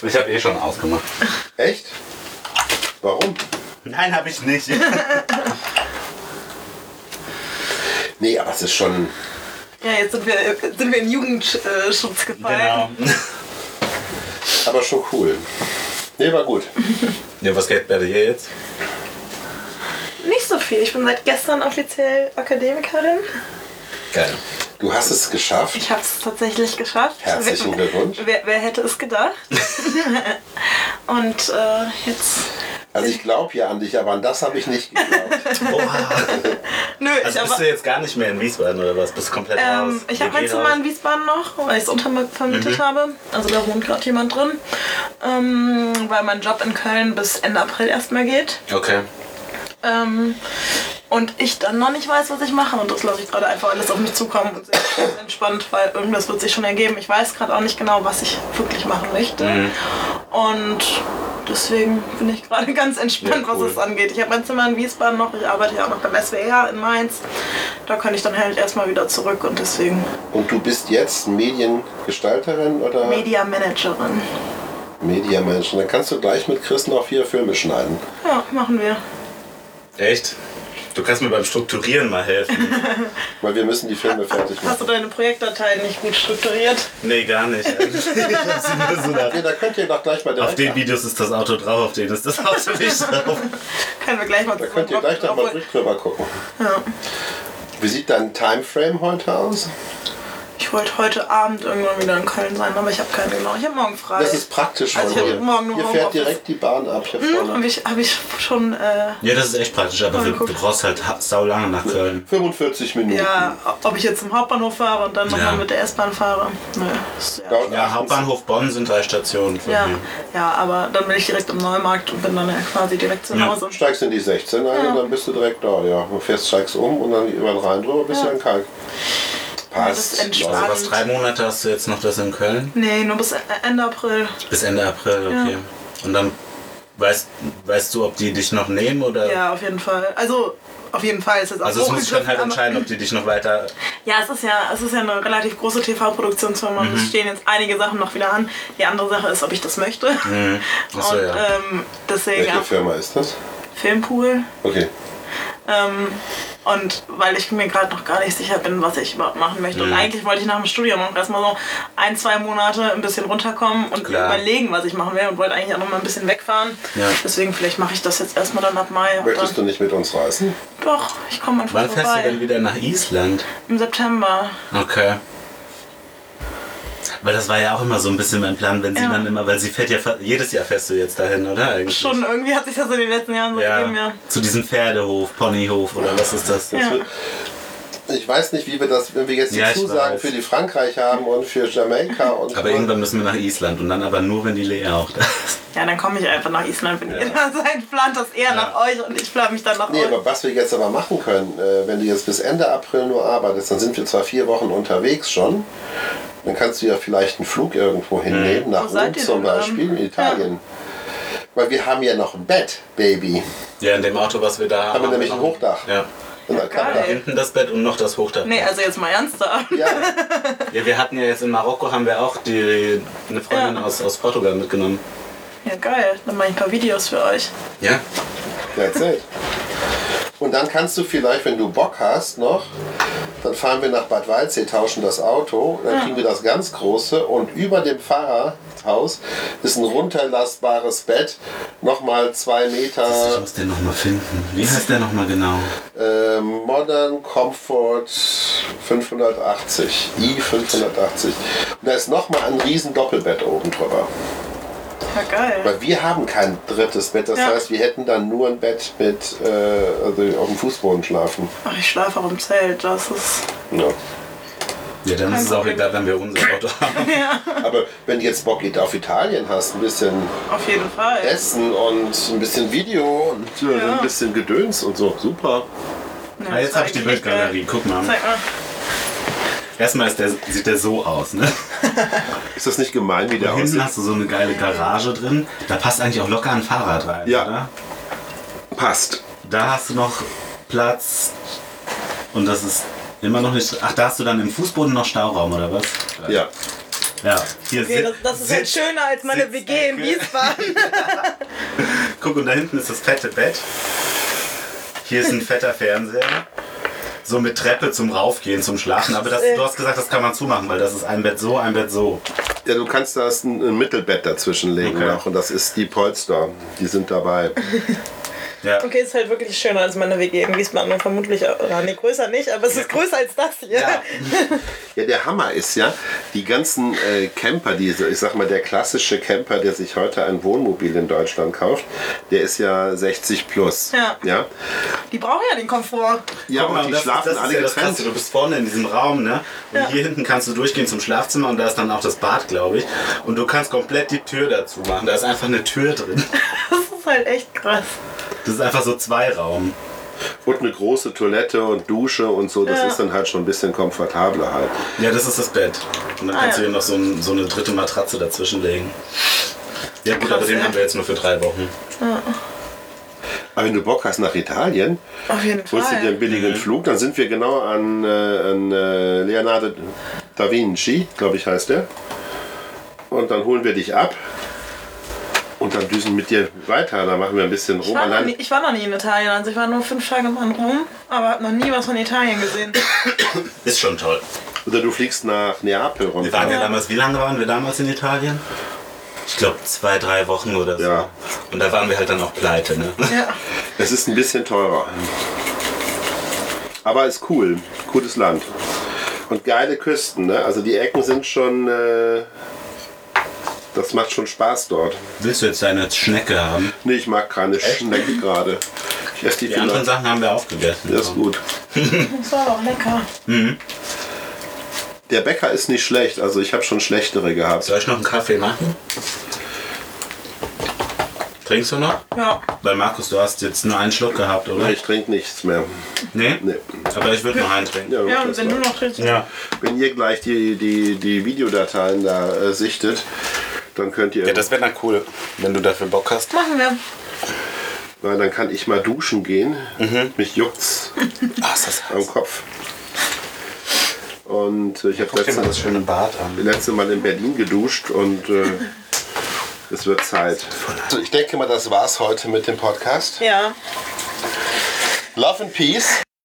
[SPEAKER 2] Ich habe eh schon ausgemacht.
[SPEAKER 1] Echt? Warum?
[SPEAKER 2] Nein, habe ich
[SPEAKER 3] (laughs)
[SPEAKER 2] nicht. Genau.
[SPEAKER 1] Nee, aber es ist schon.
[SPEAKER 3] ja, jetzt sind wir, äh, sind wir in Jugendschutz
[SPEAKER 2] genau.
[SPEAKER 3] gefallen.
[SPEAKER 1] Aber schon cool. Nee, war gut.
[SPEAKER 2] Ja, was geht bei dir jetzt?
[SPEAKER 3] Nicht so viel. Ich bin seit gestern offiziell Akademikerin.
[SPEAKER 2] Geil.
[SPEAKER 1] Du hast es geschafft.
[SPEAKER 3] Ich habe es tatsächlich geschafft.
[SPEAKER 1] Herzlichen
[SPEAKER 3] Wer-
[SPEAKER 1] Glückwunsch.
[SPEAKER 3] Wer, wer hätte
[SPEAKER 1] (laughs)
[SPEAKER 3] es gedacht? Und äh, jetzt.
[SPEAKER 1] Also ich glaube ja an dich, aber an das habe ich nicht geglaubt.
[SPEAKER 2] Oha.
[SPEAKER 3] Nö,
[SPEAKER 2] Also
[SPEAKER 3] ich
[SPEAKER 2] bist
[SPEAKER 3] aber.
[SPEAKER 2] du jetzt gar nicht mehr in Wiesbaden oder was? Bist du komplett raus?
[SPEAKER 3] Ähm, ich habe mein
[SPEAKER 2] WG
[SPEAKER 3] Zimmer
[SPEAKER 2] raus? Mhm.
[SPEAKER 3] in Wiesbaden noch, weil ich es untervermietet habe. Also da wohnt gerade jemand drin. Ähm, weil mein Job in Köln bis Ende April erstmal geht.
[SPEAKER 2] Okay.
[SPEAKER 3] Ähm, und ich dann noch nicht weiß, was ich mache. Und das lasse ich gerade einfach alles auf mich zukommen und sehe ich ganz entspannt, weil irgendwas wird sich schon ergeben. Ich weiß gerade auch nicht genau, was ich wirklich machen möchte.
[SPEAKER 2] Mhm.
[SPEAKER 3] Und deswegen bin ich gerade (laughs) ganz entspannt,
[SPEAKER 2] Ja, cool.
[SPEAKER 3] was es angeht. Ich habe mein Zimmer in Wiesbaden noch. Ich arbeite ja auch noch beim SWR in Mainz. Da kann ich dann halt erstmal wieder zurück und deswegen
[SPEAKER 1] Und du bist jetzt Mediengestalterin oder
[SPEAKER 3] Media Managerin.
[SPEAKER 1] Mediamenschen. Dann kannst du gleich mit Chris noch vier Filme schneiden.
[SPEAKER 3] Ja, machen wir.
[SPEAKER 2] Echt? Du kannst mir beim Strukturieren mal helfen.
[SPEAKER 1] Weil wir müssen die Filme fertig
[SPEAKER 3] Hast du
[SPEAKER 1] machen.
[SPEAKER 3] deine Projektdateien nicht gut strukturiert?
[SPEAKER 2] nee, gar
[SPEAKER 3] (laughs)
[SPEAKER 2] nicht. Ich hab sie nur so nach-
[SPEAKER 1] Ja, da könnt ihr doch gleich mal
[SPEAKER 2] auf
[SPEAKER 1] direkt.
[SPEAKER 2] den Videos ist das Auto drauf, auf denen ist das Auto nicht drauf.
[SPEAKER 3] Können wir gleich mal
[SPEAKER 1] Da könnt ihr gleich noch mal
[SPEAKER 3] Obwohl,
[SPEAKER 1] ruhig drüber gucken.
[SPEAKER 3] ja.
[SPEAKER 1] Wie sieht dein Timeframe heute aus?
[SPEAKER 3] Ich wollte heute Abend irgendwann wieder in Köln sein, aber ich habe keine genau. Ich habe morgen frei.
[SPEAKER 1] Das ist praktisch von
[SPEAKER 3] Also ich hab
[SPEAKER 1] dir.
[SPEAKER 3] morgen nur
[SPEAKER 1] Hier fährt
[SPEAKER 3] Homeoffice.
[SPEAKER 1] direkt die Bahn ab hier
[SPEAKER 3] Habe
[SPEAKER 1] vorne.
[SPEAKER 3] ich, Hm? hab ich schon, äh,
[SPEAKER 2] Ja, das ist echt praktisch, aber
[SPEAKER 3] Mal
[SPEAKER 2] wir,
[SPEAKER 3] gucken.
[SPEAKER 2] du brauchst halt ha- sau lange nach Köln.
[SPEAKER 1] 45 Minuten.
[SPEAKER 3] ja, ob ich jetzt zum Hauptbahnhof fahre und dann
[SPEAKER 2] Ja.
[SPEAKER 3] nochmal mit der S-Bahn fahre. Nö, ist ja.
[SPEAKER 1] Dauert
[SPEAKER 2] Ja,
[SPEAKER 1] 28
[SPEAKER 2] Hauptbahnhof Bonn sind drei Stationen von
[SPEAKER 3] Ja,
[SPEAKER 2] mir.
[SPEAKER 3] ja, aber dann bin ich direkt im Neumarkt und bin dann ja quasi direkt zu
[SPEAKER 2] Ja.
[SPEAKER 3] Hause.
[SPEAKER 1] Steigst in die 16 ein und dann bist du direkt da. Ja, du fährst, steigst um und dann über den Rhein drüber bist du in Kalk.
[SPEAKER 3] Das ist
[SPEAKER 1] Passt.
[SPEAKER 3] entspannt.
[SPEAKER 2] Also was, drei Monate hast du jetzt noch das in Köln?
[SPEAKER 3] Nee, nur bis E- Ende April.
[SPEAKER 2] Bis Ende April, okay. Und dann weißt, weißt du, ob die dich noch nehmen oder...
[SPEAKER 3] Ja, auf jeden Fall. Also, auf jeden Fall ist es auch
[SPEAKER 2] Also es muss
[SPEAKER 3] hochgegriffen,
[SPEAKER 2] dann halt
[SPEAKER 3] aber-
[SPEAKER 2] entscheiden, ob die dich noch weiter...
[SPEAKER 3] Ja, es ist ja, es ist ja eine relativ große TV-Produktionsfirma.
[SPEAKER 2] Mhm.
[SPEAKER 3] Es stehen jetzt einige Sachen noch wieder an. Die andere Sache ist, ob ich das möchte.
[SPEAKER 2] Achso,
[SPEAKER 3] und
[SPEAKER 2] Mhm, ja.
[SPEAKER 3] ähm, deswegen
[SPEAKER 1] Welche
[SPEAKER 3] ja,
[SPEAKER 1] Firma ist das?
[SPEAKER 3] Filmpool.
[SPEAKER 1] Okay.
[SPEAKER 3] Ähm, und weil ich mir gerade noch gar nicht sicher bin, was ich überhaupt machen möchte.
[SPEAKER 2] Mhm.
[SPEAKER 3] Und eigentlich wollte ich nach dem Studium auch erstmal so ein, zwei Monate ein bisschen runterkommen und
[SPEAKER 2] Klar.
[SPEAKER 3] überlegen, was ich machen will. Und wollte eigentlich auch noch mal ein bisschen wegfahren.
[SPEAKER 2] Ja.
[SPEAKER 3] Deswegen vielleicht mache ich das jetzt erstmal dann ab Mai. und
[SPEAKER 1] Möchtest du nicht mit uns reisen?
[SPEAKER 3] dann, doch, ich komme einfach
[SPEAKER 2] Wann fährst du denn
[SPEAKER 3] vorbei.
[SPEAKER 2] wieder nach Island?
[SPEAKER 3] Im September.
[SPEAKER 2] Okay. Weil das war ja auch immer so ein bisschen mein Plan, wenn sie
[SPEAKER 3] Ja.
[SPEAKER 2] dann immer, weil sie fährt ja fa- jedes Jahr fährst du jetzt dahin, oder? Eigentlich?
[SPEAKER 3] Schon irgendwie hat sich das in den letzten Jahren so
[SPEAKER 2] Ja,
[SPEAKER 3] gegeben, ja.
[SPEAKER 2] zu diesem Pferdehof, Ponyhof oder was ist das?
[SPEAKER 3] Ja.
[SPEAKER 1] Ich weiß nicht, wie wir das, wenn wir jetzt die
[SPEAKER 2] Ja, ich
[SPEAKER 1] Zusagen
[SPEAKER 2] weiß.
[SPEAKER 1] für die Frankreich haben und für Jamaika und
[SPEAKER 2] Aber irgendwann müssen wir nach Island und dann aber nur, wenn die Lea auch da ist.
[SPEAKER 3] Ja, dann komme ich einfach nach Island, wenn ihr da seid. Plant das eher nach euch und ich plan mich dann nach
[SPEAKER 1] Nee,
[SPEAKER 3] euch.
[SPEAKER 1] aber was wir jetzt aber machen können, äh, wenn du jetzt bis Ende April nur arbeitest, dann sind wir zwar vier Wochen unterwegs schon. Dann kannst du ja vielleicht einen Flug irgendwo hinnehmen, nach
[SPEAKER 3] Hm. Wo seid
[SPEAKER 1] Rom
[SPEAKER 3] ihr
[SPEAKER 1] zum
[SPEAKER 3] denn Ähm, dann?
[SPEAKER 1] Beispiel, in Italien. Weil wir haben ja noch ein Bett, Baby.
[SPEAKER 2] Ja, in dem Auto, was wir da haben.
[SPEAKER 1] wir nämlich
[SPEAKER 2] noch-
[SPEAKER 1] ein Hochdach.
[SPEAKER 2] Ja.
[SPEAKER 1] Und dann kann
[SPEAKER 3] geil.
[SPEAKER 2] Hinten das Bett und noch das Hochdach.
[SPEAKER 3] Nee, also jetzt mal ernsthaft.
[SPEAKER 1] man- ja,
[SPEAKER 2] Ja, wir hatten ja jetzt in Marokko haben wir auch die, eine Freundin
[SPEAKER 3] Ja.
[SPEAKER 2] aus, aus Portugal mitgenommen.
[SPEAKER 3] Ja, geil. Dann mache ich ein paar Videos für euch.
[SPEAKER 2] Ja?
[SPEAKER 1] that's it. Und dann kannst du vielleicht, wenn du Bock hast noch, dann fahren wir nach Bad Waldsee, tauschen das Auto, dann kriegen wir das ganz große und über dem Fahrerhaus ist ein runterlastbares Bett, nochmal zwei
[SPEAKER 2] Ich
[SPEAKER 1] Meter
[SPEAKER 2] muss den nochmal finden. Wie heißt der nochmal genau?
[SPEAKER 1] Ähm, Modern Comfort 580, i580. Und da ist nochmal ein riesen Doppelbett oben drüber.
[SPEAKER 3] Ja, geil.
[SPEAKER 1] Weil wir haben kein drittes Bett, das
[SPEAKER 3] Ja.
[SPEAKER 1] heißt, wir hätten dann nur ein Bett mit, äh, also auf dem Fußboden schlafen.
[SPEAKER 3] Ach, Oh, ich schlafe auch im Zelt. Das ist. (laughs)
[SPEAKER 1] Ja.
[SPEAKER 2] Ja, dann ist es auch egal, wenn wir unser Auto haben.
[SPEAKER 1] Aber wenn du jetzt Bock auf Italien hast, ein bisschen
[SPEAKER 3] Auf jeden Fall.
[SPEAKER 1] Essen und ein bisschen Video und äh,
[SPEAKER 3] Ja.
[SPEAKER 1] ein bisschen Gedöns und so, super.
[SPEAKER 3] Ja,
[SPEAKER 2] Ah, jetzt
[SPEAKER 3] das
[SPEAKER 2] habe ich die
[SPEAKER 3] ist eigentlich
[SPEAKER 2] Bildgalerie,
[SPEAKER 3] geil.
[SPEAKER 2] guck mal.
[SPEAKER 3] Zeig mal.
[SPEAKER 2] Erstmal ist der, sieht der so aus, ne?
[SPEAKER 1] Ist das nicht gemein, wie der aussieht?
[SPEAKER 2] Hinten hast du so eine geile Garage drin. Da passt eigentlich auch locker ein Fahrrad rein,
[SPEAKER 1] Ja.
[SPEAKER 2] oder?
[SPEAKER 1] Passt.
[SPEAKER 2] Da hast du noch Platz und das ist immer noch nicht. Ach, da hast du dann im Fußboden noch Stauraum oder was?
[SPEAKER 1] Ja.
[SPEAKER 2] Ja. Hier
[SPEAKER 3] Okay, das, das ist jetzt
[SPEAKER 2] Sitz-
[SPEAKER 3] schöner als meine
[SPEAKER 2] Sitz-
[SPEAKER 3] WG
[SPEAKER 2] (laughs)
[SPEAKER 3] in Wiesbaden.
[SPEAKER 2] Guck, und da hinten ist das fette Bett. Hier ist ein fetter Fernseher. So mit Treppe zum Raufgehen, zum Schlafen. Aber das,
[SPEAKER 3] Äh.
[SPEAKER 2] du hast gesagt, das kann man zumachen, weil das ist ein Bett so, ein Bett so.
[SPEAKER 1] Ja, du kannst da ein, ein Mittelbett dazwischen legen
[SPEAKER 2] Okay.
[SPEAKER 1] noch und das ist die Polster. Die sind dabei.
[SPEAKER 2] Ja.
[SPEAKER 3] Okay, ist halt wirklich schöner als meine WG in Wiesbaden und vermutlich auch. Oder, nee, größer nicht, aber es ist größer als das hier. (laughs)
[SPEAKER 2] Ja.
[SPEAKER 1] Ja, der Hammer ist ja, die ganzen äh, Camper, die, ich sag mal, der klassische Camper, der sich heute ein Wohnmobil in Deutschland kauft, der ist ja 60 plus.
[SPEAKER 3] Ja.
[SPEAKER 1] Ja,
[SPEAKER 3] Die brauchen ja den Komfort.
[SPEAKER 1] ja
[SPEAKER 2] Guck mal,
[SPEAKER 1] und die
[SPEAKER 2] das-
[SPEAKER 1] schlafen
[SPEAKER 2] das ist
[SPEAKER 1] alle
[SPEAKER 2] ja das Krasse.
[SPEAKER 1] getrennt.
[SPEAKER 2] Du bist vorne in diesem Raum, ne? Und
[SPEAKER 3] Ja.
[SPEAKER 2] hier hinten kannst du durchgehen zum Schlafzimmer und da ist dann auch das Bad, glaube ich. Und du kannst komplett die Tür dazu machen. Da ist einfach eine Tür
[SPEAKER 3] (laughs)
[SPEAKER 2] drin.
[SPEAKER 3] Das ist halt echt krass.
[SPEAKER 2] Das ist einfach so Zweiraum.
[SPEAKER 1] Und eine große Toilette und Dusche und so, das
[SPEAKER 3] Ja.
[SPEAKER 1] ist dann halt schon ein bisschen komfortabler halt.
[SPEAKER 2] Ja, das ist das Bett. Und dann
[SPEAKER 3] Ah,
[SPEAKER 2] kannst
[SPEAKER 3] ja.
[SPEAKER 2] du eben noch so, ein, so eine dritte Matratze dazwischen legen. Ja gut,
[SPEAKER 3] Krass,
[SPEAKER 2] aber den
[SPEAKER 3] ja.
[SPEAKER 2] haben wir jetzt nur für drei Wochen.
[SPEAKER 1] Aber wenn du Bock hast nach Italien,
[SPEAKER 3] Auf jeden
[SPEAKER 1] holst du dir einen
[SPEAKER 3] Fall.
[SPEAKER 1] billigen Flug, dann sind wir genau an, äh, an äh, Leonardo da Vinci, glaube ich heißt der. Und dann holen wir dich ab. Und dann düsen mit dir weiter, dann machen wir ein bisschen
[SPEAKER 3] Ich
[SPEAKER 1] rum.
[SPEAKER 3] war, noch
[SPEAKER 1] Allein,
[SPEAKER 3] nie, ich war noch nie in Italien, also ich war nur fünf Tage mal in Rom, aber habe noch nie was von Italien gesehen.
[SPEAKER 2] Ist schon toll.
[SPEAKER 1] Oder du fliegst nach Neapel runter.
[SPEAKER 2] Wir waren ja
[SPEAKER 3] Ja.
[SPEAKER 2] damals, wie lange waren wir damals in Italien? Ich glaube zwei, drei Wochen oder so.
[SPEAKER 1] Ja.
[SPEAKER 2] Und da waren wir halt dann auch pleite, ne?
[SPEAKER 3] Ja.
[SPEAKER 1] Es ist ein bisschen teurer. Aber ist cool. Gutes Land. Und geile Küsten, ne? Also die Ecken sind schon. Äh, das macht schon Spaß dort.
[SPEAKER 2] Willst du jetzt deine Schnecke haben?
[SPEAKER 1] Nee, ich mag keine Schnecke gerade. Ich esse die,
[SPEAKER 2] Die anderen
[SPEAKER 1] vielleicht.
[SPEAKER 2] Sachen haben wir aufgegessen.
[SPEAKER 1] Das ist gut.
[SPEAKER 3] Das war doch lecker.
[SPEAKER 1] Der Bäcker ist nicht schlecht, also ich habe schon schlechtere gehabt.
[SPEAKER 2] Soll ich noch einen Kaffee machen? Trinkst du noch?
[SPEAKER 3] Ja.
[SPEAKER 2] Weil Markus, du hast jetzt nur einen Schluck gehabt, oder?
[SPEAKER 1] Ich trinke nichts mehr.
[SPEAKER 2] Nee?
[SPEAKER 1] Nee.
[SPEAKER 2] Aber ich würde noch einen trinken.
[SPEAKER 1] Ja,
[SPEAKER 3] Ja, und
[SPEAKER 1] das
[SPEAKER 3] wenn du
[SPEAKER 1] war-
[SPEAKER 3] noch trinkst.
[SPEAKER 2] Ja.
[SPEAKER 1] Wenn ihr gleich die, die, die Videodateien da äh, sichtet, dann könnt ihr.
[SPEAKER 2] wäre dann cool, wenn du dafür Bock hast.
[SPEAKER 3] Machen wir.
[SPEAKER 1] weil dann kann ich mal duschen gehen.
[SPEAKER 2] Mhm.
[SPEAKER 1] Mich juckt's
[SPEAKER 2] Ach, Ah, ist das
[SPEAKER 1] am Kopf. Und äh, ich habe
[SPEAKER 2] Guck dir mal das
[SPEAKER 1] letzte,
[SPEAKER 2] schöne Bad an.
[SPEAKER 1] letzte Mal in Berlin geduscht und äh, es wird Zeit. So, ich denke mal, das war's heute mit dem Podcast.
[SPEAKER 3] Ja.
[SPEAKER 1] Love and Peace.